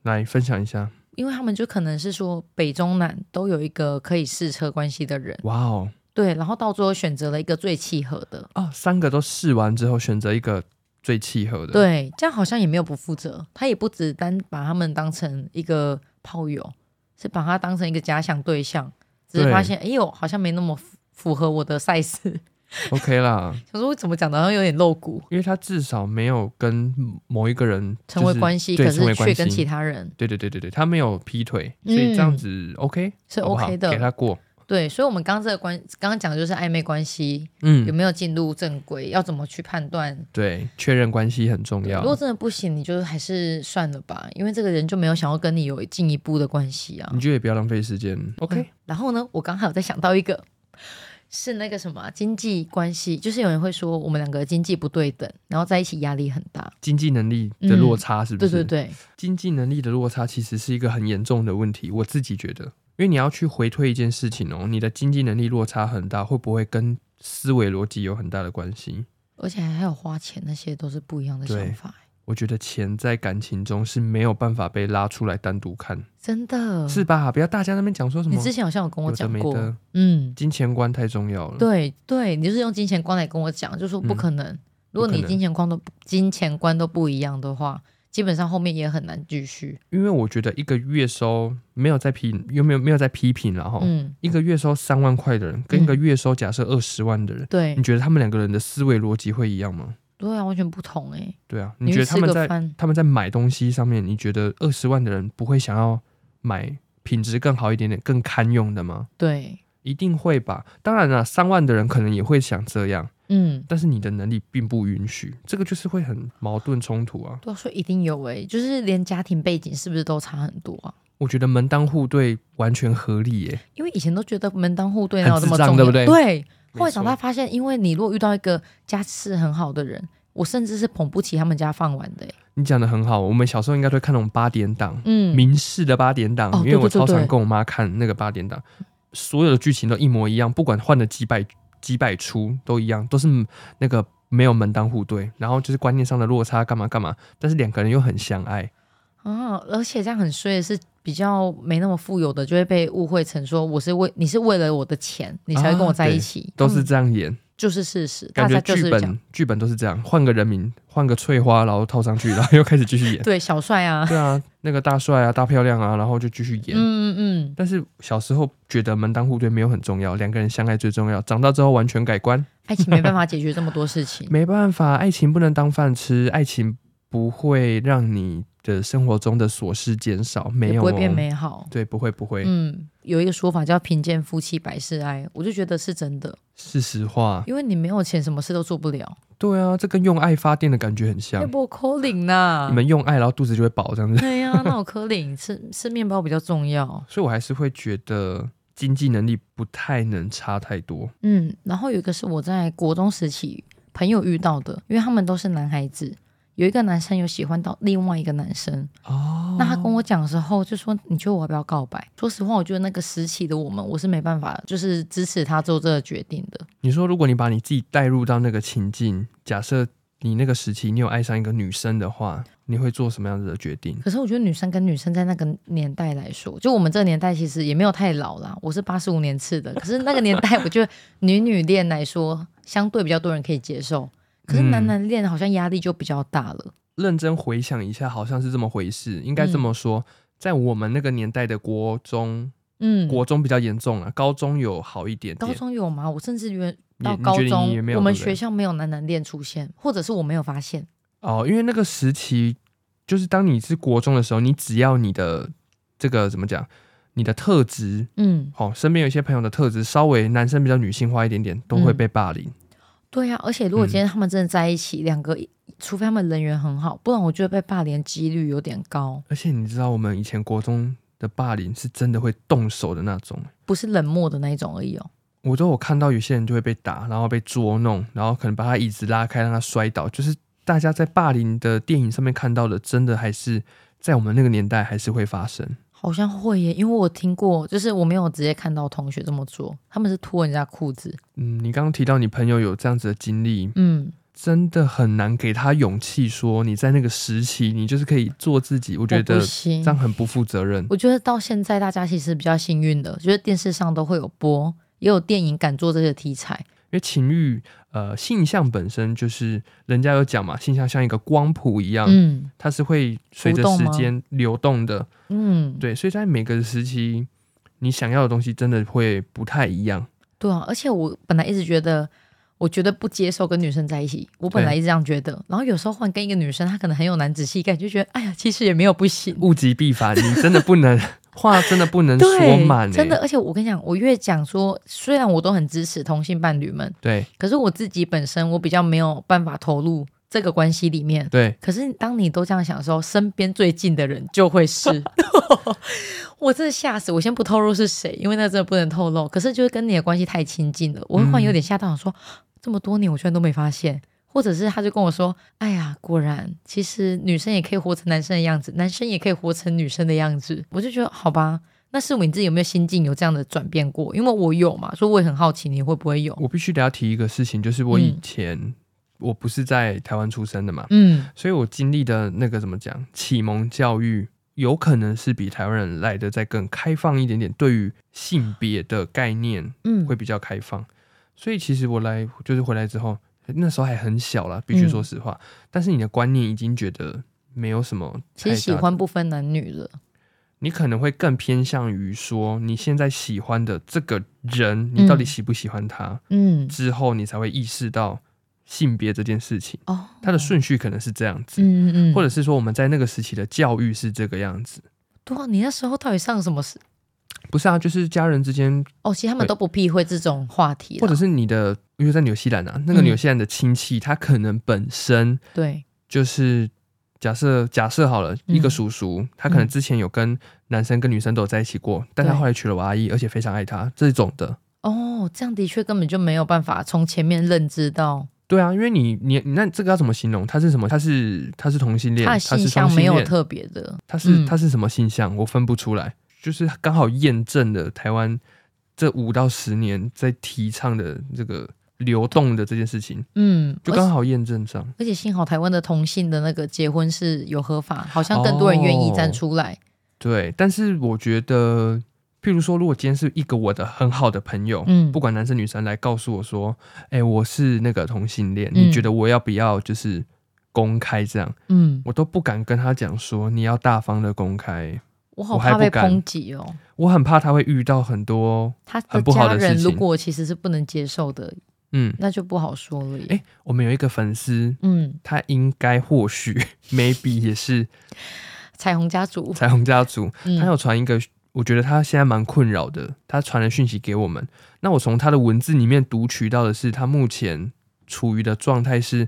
Speaker 1: 来分享一下。
Speaker 2: 因为他们就可能是说北中南都有一个可以试车关系的人，
Speaker 1: 哇哦，
Speaker 2: 对，然后到最后选择了一个最契合的，
Speaker 1: 哦，三个都试完之后选择一个最契合的，，
Speaker 2: 对，这样好像也没有不负责，他也不只单把他们当成一个炮友，是把他当成一个假想对象，只是
Speaker 1: 对
Speaker 2: 发现哎呦好像没那么符符合我的 size，
Speaker 1: OK 啦，
Speaker 2: 想说我怎么讲的好像有点露骨，
Speaker 1: 因为他至少没有跟某一个人、
Speaker 2: 成为
Speaker 1: 就是
Speaker 2: 关系，
Speaker 1: 对
Speaker 2: 可
Speaker 1: 成为
Speaker 2: 是
Speaker 1: 关
Speaker 2: 却
Speaker 1: 系
Speaker 2: 跟其他人
Speaker 1: 对对对对对，他没有劈腿，所以这样子 OK
Speaker 2: 是
Speaker 1: 好不好
Speaker 2: 嗯 OK 的，
Speaker 1: 给他过。
Speaker 2: 对，所以我们刚刚这个关刚刚讲的就是暧昧关系有
Speaker 1: 嗯，
Speaker 2: 没有进入正轨，要怎么去判断
Speaker 1: 对，确认关系很重
Speaker 2: 对
Speaker 1: 要
Speaker 2: 如。果真的不行，你就还是算了吧，因为这个人就没有想要跟你有进一步的关系啊
Speaker 1: 你。就也不要浪费时间
Speaker 2: 嗯
Speaker 1: 嗯，OK？
Speaker 2: 然后呢，我刚好有在想到一个，是那个什么啊经济关系，就是有人会说我们两个经济不对等，然后在一起压力很大。
Speaker 1: 经济能力的落差是不
Speaker 2: 对
Speaker 1: 是？
Speaker 2: 嗯对对，
Speaker 1: 经济能力的落差其实是一个很严重的问题，我自己觉得，因为你要去回推一件事情哦，你的经济能力落差很大，会不会跟思维逻辑有很大的关系？
Speaker 2: 而且还有花钱那些都是不一样的
Speaker 1: 对
Speaker 2: 想法，欸
Speaker 1: 我觉得钱在感情中是没有办法被拉出来单独看，
Speaker 2: 真的。
Speaker 1: 是吧？不要大家那边讲说什
Speaker 2: 嗯你
Speaker 1: 么
Speaker 2: 之前好像有跟我
Speaker 1: 有的
Speaker 2: 讲
Speaker 1: 没
Speaker 2: 过，
Speaker 1: 的，
Speaker 2: 嗯，
Speaker 1: 金钱观太重要了。
Speaker 2: 对对，你就是用金钱观来跟我讲，就说不可能。如果
Speaker 1: 嗯不可
Speaker 2: 你
Speaker 1: 能
Speaker 2: 金钱观都金钱观都不一样的话，基本上后面也很难继续。
Speaker 1: 因为我觉得一个月收没有在批，有没有没有在批评了哈。
Speaker 2: 嗯，
Speaker 1: 一个月收三万块的人，跟一个月收假设二十万的人，
Speaker 2: 对
Speaker 1: 你觉得他们两个人的思维逻辑会一样吗？
Speaker 2: 对啊，完全不同哎、
Speaker 1: 对啊，
Speaker 2: 你
Speaker 1: 你觉
Speaker 2: 去
Speaker 1: 得他
Speaker 2: 吃
Speaker 1: 们
Speaker 2: 个
Speaker 1: 在
Speaker 2: 饭，
Speaker 1: 他们在买东西上面，你觉得二十万的人不会想要买品质更好一点点、更堪用的吗？
Speaker 2: 对，
Speaker 1: 一定会吧。当然了，三万的人可能也会想这样，
Speaker 2: 嗯，
Speaker 1: 但是你的能力并不允许，这个就是会很矛盾冲突啊。
Speaker 2: 对啊，所以一定有哎、就是连家庭背景是不是都差很多啊？
Speaker 1: 我觉得门当户对完全合理耶、
Speaker 2: 因为以前都觉得门当户对
Speaker 1: 很
Speaker 2: 哪有这么
Speaker 1: 智障
Speaker 2: 重要，
Speaker 1: 对不对
Speaker 2: 后来长大
Speaker 1: 没错
Speaker 2: 发现，因为你如果遇到一个家世很好的人，我甚至是捧不起他们家饭碗的、欸。
Speaker 1: 你讲的很好，我们小时候应该都会看那种八点档，
Speaker 2: 嗯，
Speaker 1: 明视的八点档，
Speaker 2: 哦
Speaker 1: 因为我
Speaker 2: 对对对
Speaker 1: 超常
Speaker 2: 对
Speaker 1: 跟我妈看那个八点档，所有的剧情都一模一样，不管换了几百几百出都一样，都是那个没有门当户对，然后就是观念上的落差，干嘛干嘛，但是两个人又很相爱，
Speaker 2: 啊，而且这样很衰的是，比较没那么富有的就会被误会成说我是为你是为了我的钱，你才会跟我在一起，
Speaker 1: 啊都是
Speaker 2: 嗯
Speaker 1: 这样演，
Speaker 2: 就是事实，大
Speaker 1: 感觉
Speaker 2: 家就
Speaker 1: 剧
Speaker 2: 是这样。
Speaker 1: 本剧本都是这样，换个人名，换个翠花，然后套上去，然后又开始继续演，
Speaker 2: 对，小帅啊，
Speaker 1: 对啊，那个大帅啊，大漂亮啊，然后就继续演。
Speaker 2: 嗯嗯
Speaker 1: 但是小时候觉得门当户对没有很重要，两个人相爱最重要。长大之后完全改观，
Speaker 2: 嗯， 爱情没办法解决这么多事情。
Speaker 1: 没办法，爱情不能当饭吃，爱情不会让你的生活中的琐事减少，没
Speaker 2: 也
Speaker 1: 有、
Speaker 2: 不
Speaker 1: 哦、
Speaker 2: 会变美好，
Speaker 1: 对，不会不会，
Speaker 2: 嗯，有一个说法叫“贫贱夫妻百事哀”，我就觉得是 真的，
Speaker 1: 是实话。
Speaker 2: 因为你没有钱，什么事都做不了。
Speaker 1: 对啊，这跟用爱发电的感觉很
Speaker 2: 要
Speaker 1: 像。
Speaker 2: 不扣领呐
Speaker 1: 你？ 们用爱，然后肚子就会饱这样子，
Speaker 2: 对呀、那我扣领吃吃面包比较重要。
Speaker 1: 所以我还是会觉得经济能力不太能差太多。
Speaker 2: 嗯，然后有一个是我在国中时期朋友遇到的，因为他们都是男孩子，有一个男生有喜欢到另外一个男生，
Speaker 1: 哦
Speaker 2: 那他跟我讲的时候就说：“你觉得我要不要告白？”说实话，我觉得那个时期的我们，我是没办法，就是支持他做这个决定的。
Speaker 1: 你说，如果你把你自己带入到那个情境，假设你那个时期你有爱上一个女生的话，你会做什么样子的决定？
Speaker 2: 可是我觉得女生跟女生在那个年代来说，就我们这个年代其实也没有太老啦，我是八十五年次的，可是那个年代我觉得女女恋来说，相对比较多人可以接受。可是
Speaker 1: 嗯
Speaker 2: 男男恋好像压力就比较大了，
Speaker 1: 认真回想一下，好像是这么回事。应该这么说，在我们那个年代的国中，
Speaker 2: 嗯，
Speaker 1: 国中比较严重啊，高中有好一点点。
Speaker 2: 高中有吗？我甚至原
Speaker 1: 你
Speaker 2: 到
Speaker 1: 你
Speaker 2: 高
Speaker 1: 觉得
Speaker 2: 中
Speaker 1: 你也没，有
Speaker 2: 我们
Speaker 1: 对不对
Speaker 2: 学校没有男男恋出现，或者是我没有发现。
Speaker 1: 哦，因为那个时期，就是当你是国中的时候，你只要你的这个怎么讲，你的特质。
Speaker 2: 嗯，
Speaker 1: 哦，身边有一些朋友的特质稍微男生比较女性化一点点，都
Speaker 2: 嗯
Speaker 1: 会被霸凌。
Speaker 2: 对呀、而且如
Speaker 1: 嗯
Speaker 2: 果今天他们真的在一起，两、个，除非他们人缘很好，不然我觉得被霸凌几率有点高，
Speaker 1: 而且你知道，我们以前国中的霸凌是真的会动手的那种。欸
Speaker 2: 不是冷漠的那一种而已哦。
Speaker 1: 我都有看到有些人就会被打，然后被捉弄，然后可能把他椅子拉开，让他摔倒。就是大家在霸凌的电影上面看到的，真的还是在我们那个年代还是会发生。
Speaker 2: 好像会耶，因为我听过，就是我没有直接看到同学这么做，他们是脱人家裤子。
Speaker 1: 嗯，你刚刚提到你朋友有这样子的经历，
Speaker 2: 嗯，
Speaker 1: 真的很难给他勇气说你在那个时期，你就是可以做自己。我觉
Speaker 2: 我
Speaker 1: 得
Speaker 2: 不
Speaker 1: 这
Speaker 2: 行。
Speaker 1: 样很不负责任。
Speaker 2: 我觉得到现在大家其实比较幸运的，就是电视上都会有播，也有电影敢做这个题材。
Speaker 1: 因为情欲，呃，性向本身就是人家有讲嘛，性向像一个光谱一样，
Speaker 2: 嗯
Speaker 1: 它是会随着
Speaker 2: 浮动
Speaker 1: 时
Speaker 2: 吗
Speaker 1: 间流动的。
Speaker 2: 嗯，
Speaker 1: 对，所以在每个时期，你想要的东西真的会不太一样。
Speaker 2: 对啊，而且我本来一直觉得，我觉得不接受跟女生在一起，我本来
Speaker 1: 对
Speaker 2: 一直这样觉得。然后有时候换跟一个女生，她可能很有男子气概，就觉得哎呀，其实也没有不行。
Speaker 1: 物极必反，你真的不 能话真的不能说满、
Speaker 2: 对，
Speaker 1: 欸，
Speaker 2: 真的，。而且我跟你讲，我越讲说，虽然我都很支持同性伴侣们，
Speaker 1: 对
Speaker 2: 可是我自己本身我比较没有办法投入这个关系里面。
Speaker 1: 对，
Speaker 2: 可是当你都这样想的时候，身边最近的人就会是，我真的吓死！我先不透露是谁，因为那真的不能透露。可是就是跟你的关系太亲近了，我会忽然有点吓到，想说、这么多年我居然都没发现，或者是他就跟我说：“哎呀，果然其实女生也可以活成男生的样子，男生也可以活成女生的样子。”我就觉得好吧。那是我你自己有没有心境有这样的转变过？因为我有嘛，所以我也很好奇你会不会有。
Speaker 1: 我必须得要提一个事情，就是我以
Speaker 2: 嗯
Speaker 1: 前、我不是在台湾出生的嘛，
Speaker 2: 嗯，
Speaker 1: 所以我经历的那个怎么讲启蒙教育。有可能是比台湾人来的再更开放一点点，对于性别的概念
Speaker 2: 嗯
Speaker 1: 会比较开放，所以其实我来
Speaker 2: 嗯
Speaker 1: 就是回来之后，那时候还很小啦，必须说实话。但是你的观念已经觉得没有什么。
Speaker 2: 其实喜，欢不分男女的，
Speaker 1: 你可能会更偏向于说，你现在喜欢的这个人，你到底
Speaker 2: 嗯
Speaker 1: 喜不喜欢他？
Speaker 2: 嗯，
Speaker 1: 之后你才会意识到性别这件事情，
Speaker 2: 哦，
Speaker 1: 它的顺序可能是这样子，
Speaker 2: 嗯，嗯嗯，
Speaker 1: 或者是说我们在那个时期的教育是这个样子。
Speaker 2: 对啊，你那时候到底上什么事？
Speaker 1: 不是啊，就是家人之间，
Speaker 2: 哦，其实他们
Speaker 1: 对
Speaker 2: 都不避讳这种话题啦，
Speaker 1: 或者是你的，因为在纽西兰啊，那个
Speaker 2: 嗯
Speaker 1: 纽西兰的亲戚，他可能本身
Speaker 2: 对，
Speaker 1: 就是假设假设好了，
Speaker 2: 嗯
Speaker 1: 一个叔叔，他可能之前有跟男生跟女生都有在一起过，但他
Speaker 2: 对
Speaker 1: 后来娶了我阿姨，而且非常爱她这种的。
Speaker 2: 哦，这样的确根本就没有办法从前面认知到
Speaker 1: 对啊，因为你你你那这个要怎么形容？他是什么？他是他是同性恋，
Speaker 2: 他的
Speaker 1: 他
Speaker 2: 性
Speaker 1: 是双
Speaker 2: 向没
Speaker 1: 性
Speaker 2: 有
Speaker 1: 恋，
Speaker 2: 特别的，
Speaker 1: 他是
Speaker 2: 嗯
Speaker 1: 他是什么性向？我分不出来，就是刚好验证了台湾这五到十年在提倡的这个流动的这件事情，
Speaker 2: 嗯，
Speaker 1: 就
Speaker 2: 而
Speaker 1: 刚
Speaker 2: 且
Speaker 1: 好验证上。
Speaker 2: 而且幸好台湾的同性的那个结婚是有合法，好像更多人愿意站出来。
Speaker 1: 对，但是我觉得，譬如说，如果今天是一个我的很好的朋友，
Speaker 2: 嗯
Speaker 1: 哦不管男生女生来告诉我说，哎、我是那个同性恋，
Speaker 2: 嗯
Speaker 1: 你觉得我要不要就是公开这样？
Speaker 2: 嗯，
Speaker 1: 我都不敢跟他讲说你要大方的公开，
Speaker 2: 我好
Speaker 1: 我还
Speaker 2: 怕
Speaker 1: 不
Speaker 2: 被
Speaker 1: 敢
Speaker 2: 抨击哦。
Speaker 1: 我很怕他会遇到很多，
Speaker 2: 他的
Speaker 1: 很不好
Speaker 2: 家
Speaker 1: 的事
Speaker 2: 人如
Speaker 1: 情
Speaker 2: 果其实是不能接受的，
Speaker 1: 嗯，
Speaker 2: 那就不好说了耶。
Speaker 1: 哎、我们有一个粉丝，
Speaker 2: 嗯，
Speaker 1: 他应该或许 maybe 也是
Speaker 2: 彩虹家族，
Speaker 1: 彩虹家族，
Speaker 2: 嗯
Speaker 1: 他有传一个，我觉得他现在蛮困扰的。他传了讯息给我们，那我从他的文字里面读取到的是，他目前处于的状态是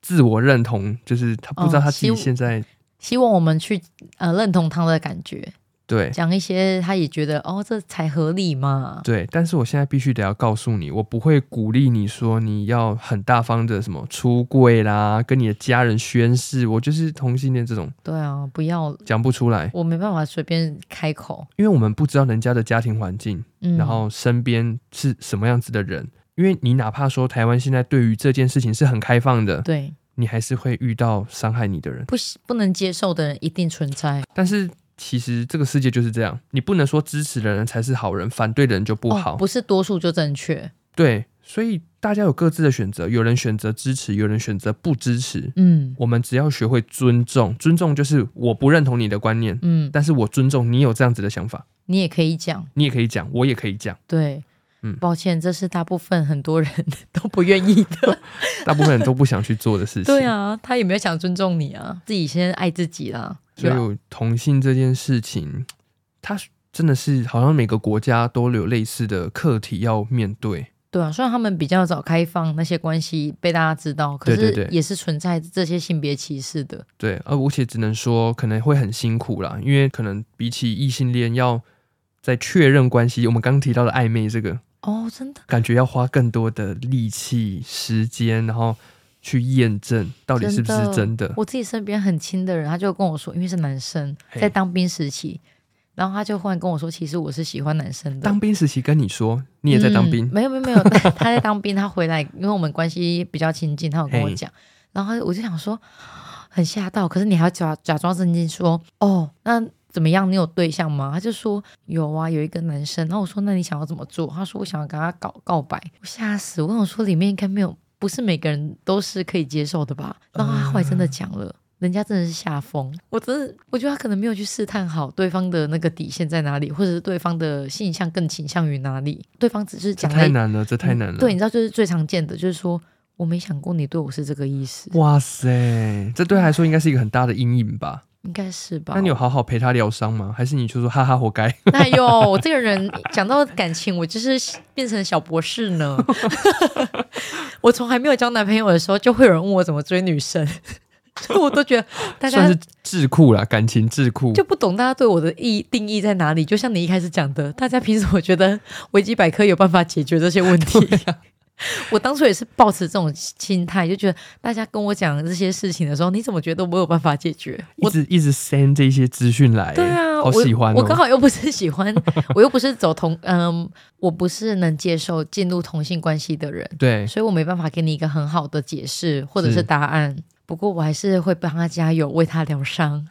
Speaker 1: 自我认同，就是他不知道
Speaker 2: 哦
Speaker 1: 他自
Speaker 2: 希
Speaker 1: 己
Speaker 2: 望
Speaker 1: 现在、
Speaker 2: 希望我们去呃认同他的感觉，
Speaker 1: 对
Speaker 2: 讲一些他也觉得哦这才合理嘛。
Speaker 1: 对。但是我现在必须得要告诉你，我不会鼓励你说你要很大方的什么出柜啦，跟你的家人宣誓我就是同性恋这种
Speaker 2: 对啊，不要，
Speaker 1: 讲不出来，
Speaker 2: 我没办法随便开口。
Speaker 1: 因为我们不知道人家的家庭环境。
Speaker 2: 嗯，
Speaker 1: 然后身边是什么样子的人。因为你哪怕说台湾现在对于这件事情是很开放的，
Speaker 2: 对
Speaker 1: 你还是会遇到伤害你的人。
Speaker 2: 不喜不能接受的人一定存在。
Speaker 1: 但是其实这个世界就是这样，你不能说支持的人才是好人，反对的人就不好。
Speaker 2: 哦、不是多数就正确。
Speaker 1: 对，所以大家有各自的选择，有人选择支持，有人选择不支持。
Speaker 2: 嗯
Speaker 1: 我们只要学会尊重，尊重就是我不认同你的观念，
Speaker 2: 嗯，
Speaker 1: 但是我尊重你有这样子的想法，
Speaker 2: 你也可以讲，
Speaker 1: 你也可以讲，我也可以讲。
Speaker 2: 对。
Speaker 1: 嗯
Speaker 2: 抱歉，这是大部分很多人 都不愿意 的。
Speaker 1: 大部分人都不想去做的事 情。
Speaker 2: 对啊，他也没有想尊重你啊，自己先爱自己啦。
Speaker 1: 所
Speaker 2: 对啊
Speaker 1: 以同性这件事情，它真的是好像每个国家都有类似的课题要面对。
Speaker 2: 对啊，虽然他们比较早开放那些关系被大家知道，
Speaker 1: 对
Speaker 2: 可是
Speaker 1: 对对
Speaker 2: 也是存在这些性别歧视的。
Speaker 1: 对，而而且只能说可能会很辛苦啦，因为可能比起异性恋要在确认关系，我们刚提到的暧昧这个，
Speaker 2: 哦，真的，
Speaker 1: 感觉要花更多的力气、时间，然后去验证到底是不是
Speaker 2: 真的
Speaker 1: 真的。
Speaker 2: 我自己身边很亲的人，他就跟我说，因为是男生，
Speaker 1: 嘿
Speaker 2: 在当兵时期，然后他就忽然跟我说，其实我是喜欢男生的。
Speaker 1: 当兵时期跟你说你也在当兵，
Speaker 2: 嗯没有没 有没有，他他在当兵，他回来，因为我们关系比较亲近，他有跟我
Speaker 1: 嘿
Speaker 2: 讲，然后我就想说很吓到，可是你还要假假装震惊说，哦，那怎么样？你有对象吗？他就说有啊，有一个男生。然后我说那你想要怎么做？他说我想要跟他搞告白，我吓死，我想说里面应该没有，不是每个人都是可以接受的吧？然后他后来真的讲了。人家真的是吓疯，我真的，我觉得他可能没有去试探好对方的那个底线在哪里，或者是对方的性向更倾向于哪里，对方只是
Speaker 1: 这
Speaker 2: 讲了
Speaker 1: 太
Speaker 2: 一嗯
Speaker 1: 难了，这太难了。
Speaker 2: 对，你，知道，就是最常见的，就是说我没想过你对我是这个意思，
Speaker 1: 哇塞，这对他来说应该是一个很大的阴影吧？
Speaker 2: 应该是吧？
Speaker 1: 那 你有好好陪他疗伤吗？还是你就说哈哈活该？
Speaker 2: 哎呦，我这个人讲到感情，我就是变成小博士呢。 我从还没有交男朋友的时候，就会有人问我怎么追女生， 所以我都觉得 大
Speaker 1: 算
Speaker 2: 家
Speaker 1: 是智库啦，感情智库。
Speaker 2: 就不懂大家对我的意定义在哪里。就像你一开始讲的，大家凭什么觉得维基百科有办法解决这些问 题？ 我当初也是抱持这种心态，就觉得大家跟我讲这些事情的时候，你怎么觉得我有办法解决？
Speaker 1: 一
Speaker 2: 我
Speaker 1: 直一直 send 这些资讯来、
Speaker 2: 对啊，
Speaker 1: 好喜欢、哦
Speaker 2: 我。我刚好又不是 喜欢，我又不是走同，嗯，我不是能接受进入同性关系的人，
Speaker 1: 对，
Speaker 2: 所以我没办法给你一个很好的解释或者
Speaker 1: 是
Speaker 2: 是答案。不过我还是会帮他加油，为他疗伤。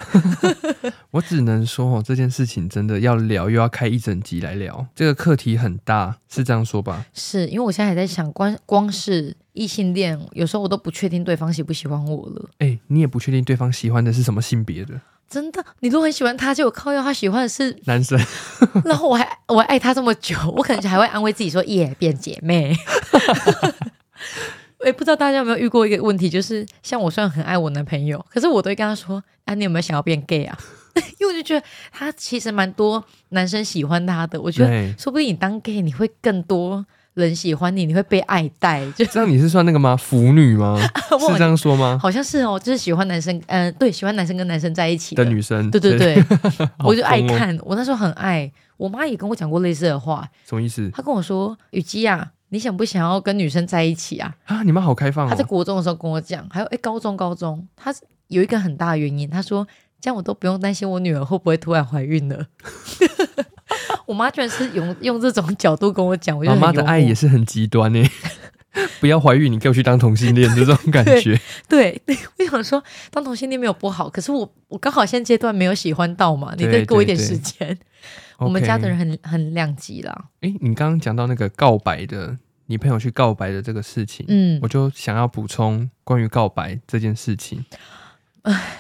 Speaker 1: 我只能说哦，这件事情真的要聊，又要开一整集来聊，这个课题很大，是这样说吧？
Speaker 2: 是因为我现在还在想，光光是异性恋，有时候我都不确定对方喜不喜欢我了。
Speaker 1: 哎、你也不确定对方喜欢的是什么性别的
Speaker 2: 真的，你如果很喜欢他，结果靠要他喜欢的是
Speaker 1: 男生，
Speaker 2: 然后我还我还爱他这么久，我可能还会安慰自己说耶变姐妹。 我也不知道大家有没有遇过一个问题，就是像我虽然很爱我男朋友，可是我都会跟他说：“啊，你有没有想要变 gay 啊？” 因为我就觉得他其实蛮多男生喜欢他的，我觉得
Speaker 1: 对，
Speaker 2: 说不定你当 gay 你会更多人喜欢你，你会被爱戴，就
Speaker 1: 这样你是算那个吗？腐女吗？
Speaker 2: 我
Speaker 1: 是这样说吗？
Speaker 2: 好像是哦，就是喜欢男生，嗯、对，喜欢男生跟男生在一起
Speaker 1: 的女生，
Speaker 2: 对对，对，
Speaker 1: 好
Speaker 2: 我就爱
Speaker 1: 疯哦，
Speaker 2: 看，我那时候很爱，我妈也跟我讲过类似的话，
Speaker 1: 什么意思
Speaker 2: 她跟我说：“雨姬啊，你想不想要跟女生在一起啊
Speaker 1: 啊？你们好开？”放
Speaker 2: 她在
Speaker 1: 哦，
Speaker 2: 国中的时候跟我讲，还有哎，高中高中，她有一个很大的原因，她说这样我都不用担心我女儿会不会突然怀孕了。 我妈居然是用用这种角度跟我讲，我就
Speaker 1: 妈
Speaker 2: 很
Speaker 1: 妈的
Speaker 2: 幽默
Speaker 1: 爱也是很极端呢、 不要怀孕，你给我去当同性恋，就 这种感觉。
Speaker 2: 对， 我想说当同性恋没有不好，可是我我刚好现阶段没有喜欢到嘛，你再
Speaker 1: 对
Speaker 2: 给我一
Speaker 1: 对
Speaker 2: 点
Speaker 1: 对
Speaker 2: 时间。我们家的
Speaker 1: OK
Speaker 2: 人很很两极啦，
Speaker 1: 诶，你刚刚讲到那个告白的，你朋友去告白的这个事情，
Speaker 2: 嗯
Speaker 1: 我，就想要补充关于告白这件事情，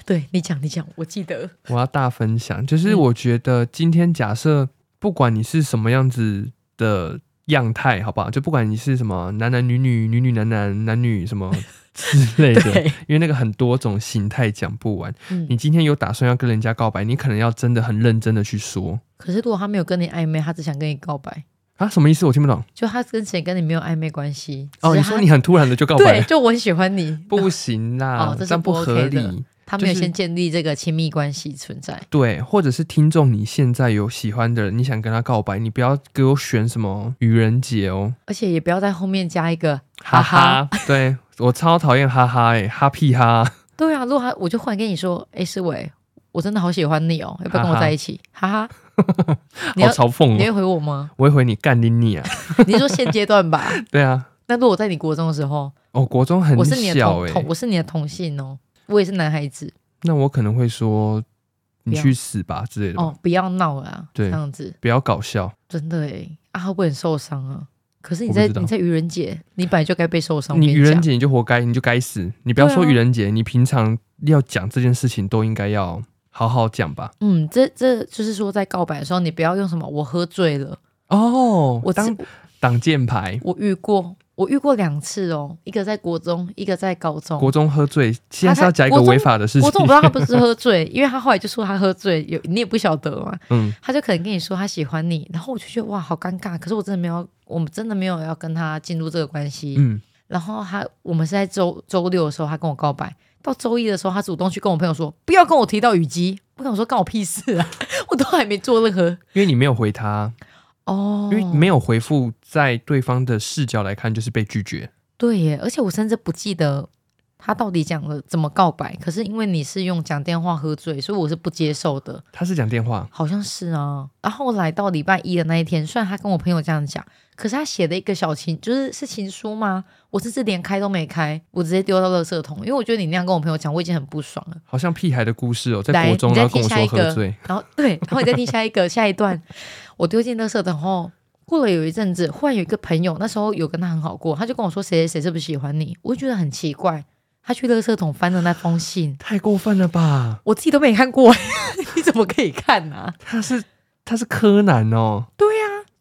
Speaker 2: 对你讲你讲，我记得，
Speaker 1: 我要大分享，就是
Speaker 2: 嗯
Speaker 1: 我觉得今天假设不管你是什么样子的样态，好不好？就不管你是什么男男女女、女女男男、男女什 么之类的，
Speaker 2: 对，
Speaker 1: 因为那个很多种形态讲不完。
Speaker 2: 嗯
Speaker 1: 你今天有打算要跟人家告白，你可能要真的很认真的去说
Speaker 2: 可是如果他没有跟你暧昧，他只想跟你告白，
Speaker 1: 啊，什么意思？我听不懂。
Speaker 2: 就他跟谁跟你没有暧昧关系。
Speaker 1: 哦，
Speaker 2: 只
Speaker 1: 你
Speaker 2: 是他啊
Speaker 1: 说你很突然的就告
Speaker 2: 对，
Speaker 1: 白，
Speaker 2: 就我很喜欢你，
Speaker 1: 不行啦，
Speaker 2: 哦这是
Speaker 1: 样
Speaker 2: 不
Speaker 1: 合
Speaker 2: OK 的
Speaker 1: 理。
Speaker 2: 他没有
Speaker 1: 就是
Speaker 2: 先建立这个亲密关系存在。
Speaker 1: 对，或者是听众你现在有喜欢的人，你想跟他告白，你不要给我选什么愚人节哦，
Speaker 2: 而且也不要在后面加一个
Speaker 1: 哈
Speaker 2: 哈
Speaker 1: 哈。对我超讨厌哈哈、欸，哈屁哈，
Speaker 2: 对啊，如果他我就忽然跟你说，哎、思维，我真的好喜欢你哦，要不要跟我在一起？哈哈，你
Speaker 1: 好
Speaker 2: 要
Speaker 1: 嘲讽
Speaker 2: 你
Speaker 1: 哦。
Speaker 2: 会回我吗？
Speaker 1: 我会回你干你你 啊！
Speaker 2: 你是说现阶段吧？
Speaker 1: 对啊，
Speaker 2: 那如果我在你国中的时候，
Speaker 1: 哦，国中很
Speaker 2: 我是你的
Speaker 1: 小
Speaker 2: 同
Speaker 1: 哎、
Speaker 2: 同，我是你的同性哦，我也是男孩子
Speaker 1: 那我可能会说你
Speaker 2: 不要
Speaker 1: 去死吧之类的吧，
Speaker 2: 哦，不要闹了啊，
Speaker 1: 对
Speaker 2: 这样子
Speaker 1: 不要搞笑。
Speaker 2: 真的哎，啊会不会很受伤啊？可是你
Speaker 1: 我不
Speaker 2: 在
Speaker 1: 知道
Speaker 2: 你在愚人节，你本来就该被受伤。我
Speaker 1: 你
Speaker 2: 跟
Speaker 1: 愚人
Speaker 2: 讲
Speaker 1: 节你就活该，你就该死。你不要
Speaker 2: 对啊
Speaker 1: 说愚人节，你平常要讲这件事情都应该要好好讲吧。
Speaker 2: 嗯，这这就是说，在告白的时候，你不要用什么“我喝醉了
Speaker 1: 哦”，，
Speaker 2: 我
Speaker 1: 当
Speaker 2: 当
Speaker 1: 挡箭牌，
Speaker 2: 我遇过，我遇过两次哦，一个在国中，一个在高中。
Speaker 1: 国中喝醉，现在
Speaker 2: 哦他
Speaker 1: 是要讲一个
Speaker 2: 国中
Speaker 1: 违法的事情。
Speaker 2: 国中我不知道他不是喝醉，因为他后来就说他喝醉，有你也不晓得嘛，
Speaker 1: 嗯，
Speaker 2: 他就可能跟你说他喜欢你，然后我就觉得哇好尴尬，可是我真的没有，我们真的没有要跟他进入这个关系。
Speaker 1: 嗯，
Speaker 2: 然后他我们是在周周六的时候，他跟我告白。到周一的时候，他主动去跟我朋友说：“不要跟我提到雨姬。”我跟我说：“干我屁事啊！我都还没做任何
Speaker 1: 因为你没有回他，
Speaker 2: 哦，
Speaker 1: 因为没有回复，在对方的视角来看就是被拒绝。
Speaker 2: 对耶，而且我甚至不记得他到底讲了怎么告白。可是因为你是用讲电话喝醉，所以我是不接受的，
Speaker 1: 他是讲电话，
Speaker 2: 好像是啊。然后来到礼拜一的那一天，虽然他跟我朋友这样讲，可是他写的一个小情，就是是情书吗？我甚至连开都没开，我直接丢到垃圾桶，因为我觉得你那样跟我朋友讲，我已经很不爽了。
Speaker 1: 好像屁孩的故事哦，在
Speaker 2: 来
Speaker 1: 国中
Speaker 2: 你再
Speaker 1: 然后跟我
Speaker 2: 听下
Speaker 1: 说
Speaker 2: 一个
Speaker 1: 喝醉，
Speaker 2: 然后 对，然后你再听下一个下一段，我丢进垃圾桶后，过了有一阵子，忽然有一个朋友，那时候有跟他很好过，他就跟我说谁谁谁是不是喜欢你，我就觉得很奇怪，他去垃圾桶翻了那封信，
Speaker 1: 太过分了吧？
Speaker 2: 我自己都没看过， 你怎么可以看呢、啊？
Speaker 1: 他是他是柯南哦，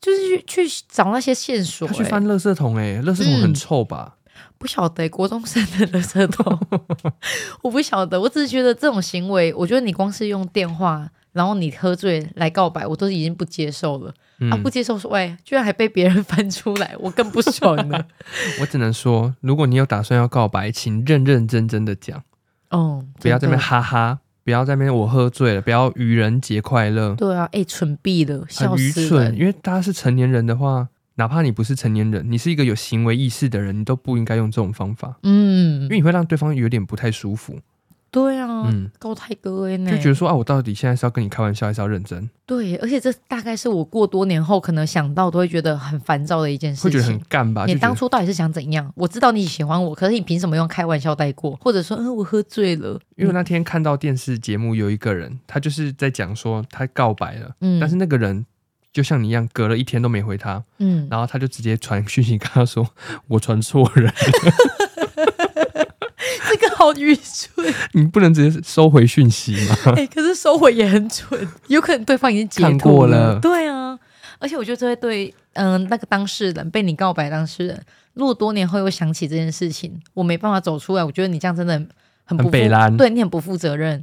Speaker 2: 就是去去找那些线索、
Speaker 1: 他去
Speaker 2: 欸
Speaker 1: 翻垃圾桶哎、垃圾桶很臭吧？
Speaker 2: 不晓得、欸国中生的垃圾桶， 我不晓得，我只是觉得这种行为，我觉得你光是用电话，然后你喝醉来告白，我都已经不接受了。
Speaker 1: 嗯，
Speaker 2: 啊，不接受说，哎，居然还被别人翻出来，我更不爽 了。
Speaker 1: 我只能说，如果你有打算要告白，请认认真真的讲，
Speaker 2: 哦，
Speaker 1: 不要在那
Speaker 2: 真
Speaker 1: 边
Speaker 2: 的
Speaker 1: 哈哈，不要在那边我喝醉了，不要愚人节快乐。
Speaker 2: 对啊，哎，蠢毙了，
Speaker 1: 很
Speaker 2: 笑
Speaker 1: 愚
Speaker 2: 死
Speaker 1: 蠢，
Speaker 2: 人。
Speaker 1: 因为大家是成年人的话，哪怕你不是成年人，你是一个有行为意识的人，你都不应该用这种方法，
Speaker 2: 嗯
Speaker 1: 因，为你会让对方有点不太舒服。
Speaker 2: 对啊，
Speaker 1: 嗯，
Speaker 2: 高泰哥哎呢，
Speaker 1: 就觉得说啊，我到底现在是要跟你开玩笑，还是要认真？
Speaker 2: 对，而且这大概是我过多年后可能想到都会觉得很烦躁的一件事
Speaker 1: 会觉得很
Speaker 2: 情。
Speaker 1: 干吧？
Speaker 2: 你
Speaker 1: 啊就觉
Speaker 2: 当
Speaker 1: 得，
Speaker 2: 初到底是想怎样？我知道你喜欢我，可是你凭什么用开玩笑带过？或者说，嗯，我喝醉了，
Speaker 1: 因为我那天看到电视节目有一个人，他就是在讲说他告白了，
Speaker 2: 嗯，
Speaker 1: 但是那个人就像你一样，隔了一天都没回他，
Speaker 2: 嗯，
Speaker 1: 然后他就直接传讯息跟他说：“我传错人，
Speaker 2: 这个好 愚蠢
Speaker 1: 你不能直接收回讯息吗
Speaker 2: 哎、可是收回也很蠢，有可能对方已经截
Speaker 1: 看
Speaker 2: 图
Speaker 1: 过
Speaker 2: 了，
Speaker 1: 了
Speaker 2: 对啊，而且我觉得这会对嗯、那个当事人被你告白的当事人，如果多年后又想起这件事情，我没办法走出来，我觉得你这样真的很很不
Speaker 1: 很
Speaker 2: 负
Speaker 1: 北兰
Speaker 2: 对你很不负责任。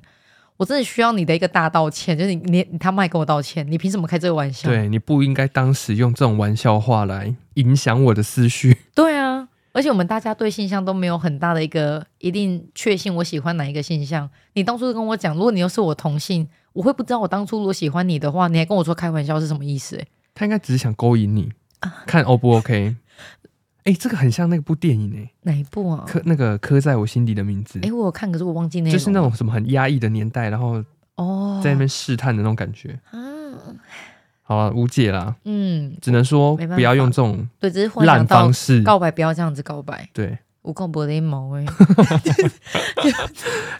Speaker 2: 我真的需要你的一个大道歉，就是你你你他妈也跟我道歉，你凭什么开这个玩？”笑？
Speaker 1: 对，你不应该当时用这种玩笑话来影响我的思绪。
Speaker 2: 对啊，而且我们大家对性向都没有很大的一个一定确信，我喜欢哪一个性向。你当初跟我讲，如果你又是我同性，我会不知道我当初如果喜欢你的话，你还跟我说开玩笑是什么意思、欸？
Speaker 1: 他应该只是想勾引你，
Speaker 2: 啊
Speaker 1: 看 O 不 OK？哎、这个很像那部电影哎、
Speaker 2: 哪一部啊？
Speaker 1: 刻那个刻在我心底的名字
Speaker 2: 哎、，我有看，可是我忘记那
Speaker 1: 就是那种什么很压抑的年代，然后
Speaker 2: 哦，
Speaker 1: 在那边试探的那种感觉。
Speaker 2: 啊，
Speaker 1: 好啊，无解啦，
Speaker 2: 嗯，
Speaker 1: 只能说
Speaker 2: 没办法
Speaker 1: 不要用这种
Speaker 2: 嗯对，只是幻
Speaker 1: 烂
Speaker 2: 想到
Speaker 1: 方式。
Speaker 2: 告白不要这样子告白，
Speaker 1: 对，
Speaker 2: 我告白的毛哎、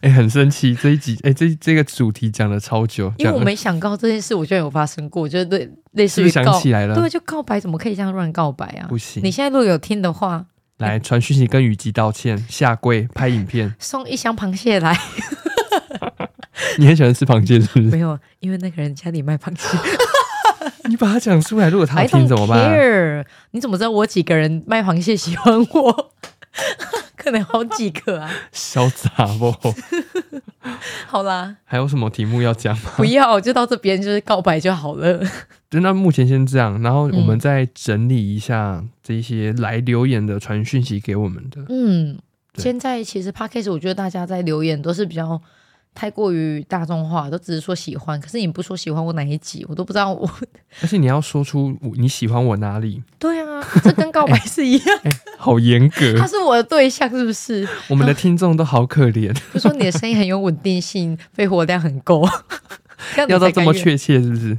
Speaker 1: 哎、很生气这一集，哎、这这个主题讲了超久，
Speaker 2: 因为我
Speaker 1: 讲了
Speaker 2: 没想到这件事，我居然有发生过，就是对类似
Speaker 1: 是不
Speaker 2: 于
Speaker 1: 是想
Speaker 2: 告
Speaker 1: 起来了？
Speaker 2: 对，就告白怎么可以这样乱告白啊
Speaker 1: 不？行
Speaker 2: 你，现在如果有听的话，
Speaker 1: 来传讯息跟雨姬道歉，下跪拍影片。
Speaker 2: 送一箱螃蟹来。
Speaker 1: 你很喜欢吃螃蟹是不是？
Speaker 2: 没有，因为那个人家里卖螃 蟹
Speaker 1: 你把它讲出来，如果他
Speaker 2: ，I
Speaker 1: 有听
Speaker 2: don't
Speaker 1: 怎么办？
Speaker 2: care。你怎么知道我几个人卖螃蟹喜欢我？ 可能好几 个啊。
Speaker 1: 潇洒不？
Speaker 2: 好啦，
Speaker 1: 还有什么题目要讲吗？
Speaker 2: 不要，就到这边，就是告白就好 了。
Speaker 1: 对，那目前先这样，然后我们
Speaker 2: 嗯
Speaker 1: 再整理一下这些来留言的传讯息给我们的。
Speaker 2: 嗯，
Speaker 1: 对
Speaker 2: 现在其实 p a c k a g e 我觉得大家在留言都是比较太过于大众化，都只是说喜欢，可是你不说喜欢我哪一集，我都不知道我。
Speaker 1: 而且你要说出我你喜欢我哪里，
Speaker 2: 对 啊，这跟告白是一样，
Speaker 1: 好严
Speaker 2: 他
Speaker 1: 格。
Speaker 2: 是我的对象是不是？
Speaker 1: 我们的听众都好可怜，
Speaker 2: 就说你的声音很有稳定性， 肺活量 很够，这样你
Speaker 1: 要到
Speaker 2: 才
Speaker 1: 这
Speaker 2: 甘
Speaker 1: 么
Speaker 2: 愿
Speaker 1: 确切是不是？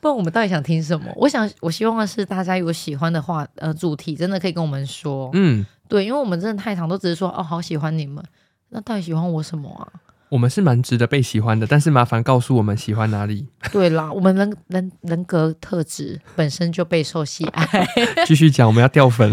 Speaker 2: 不然我们到底想听什么？我想，我希望的是大家有喜欢的话，呃，主题真的可以跟我们说。
Speaker 1: 嗯，
Speaker 2: 对，因为我们真的太常都只是说哦，好喜欢你们，那到底喜欢我什么啊？
Speaker 1: 我们是蛮值得被喜欢的，但是麻烦告诉我们喜欢哪 里，
Speaker 2: 对啦，我们人人人格特质本身就备受喜 爱。
Speaker 1: 继续讲，我们要掉粉。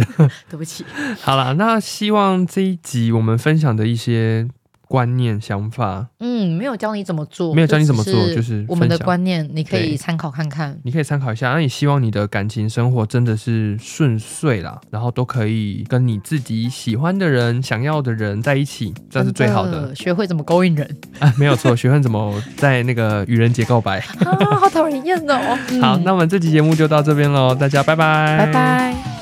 Speaker 2: 对不起，
Speaker 1: 好啦，那希望这一集我们分享的一些观念、想法，
Speaker 2: 嗯，没有教你怎么做，
Speaker 1: 没有教你
Speaker 2: 这
Speaker 1: 怎么
Speaker 2: 只
Speaker 1: 做，就是
Speaker 2: 我们的
Speaker 1: 分享
Speaker 2: 观念，你可以
Speaker 1: 对
Speaker 2: 参考看看。
Speaker 1: 你可以参考一下。那也希望你的感情生活真的是顺遂啦，然后都可以跟你自己喜欢的人、想要的人在一起，这样是最好
Speaker 2: 真
Speaker 1: 的
Speaker 2: 学会怎么勾引 人
Speaker 1: 啊！ 没有错，学会怎么在那个愚人节告白。
Speaker 2: 啊，好讨人厌哦。嗯
Speaker 1: 好，那我们这期节目就到这边喽，大家拜拜，
Speaker 2: 拜拜。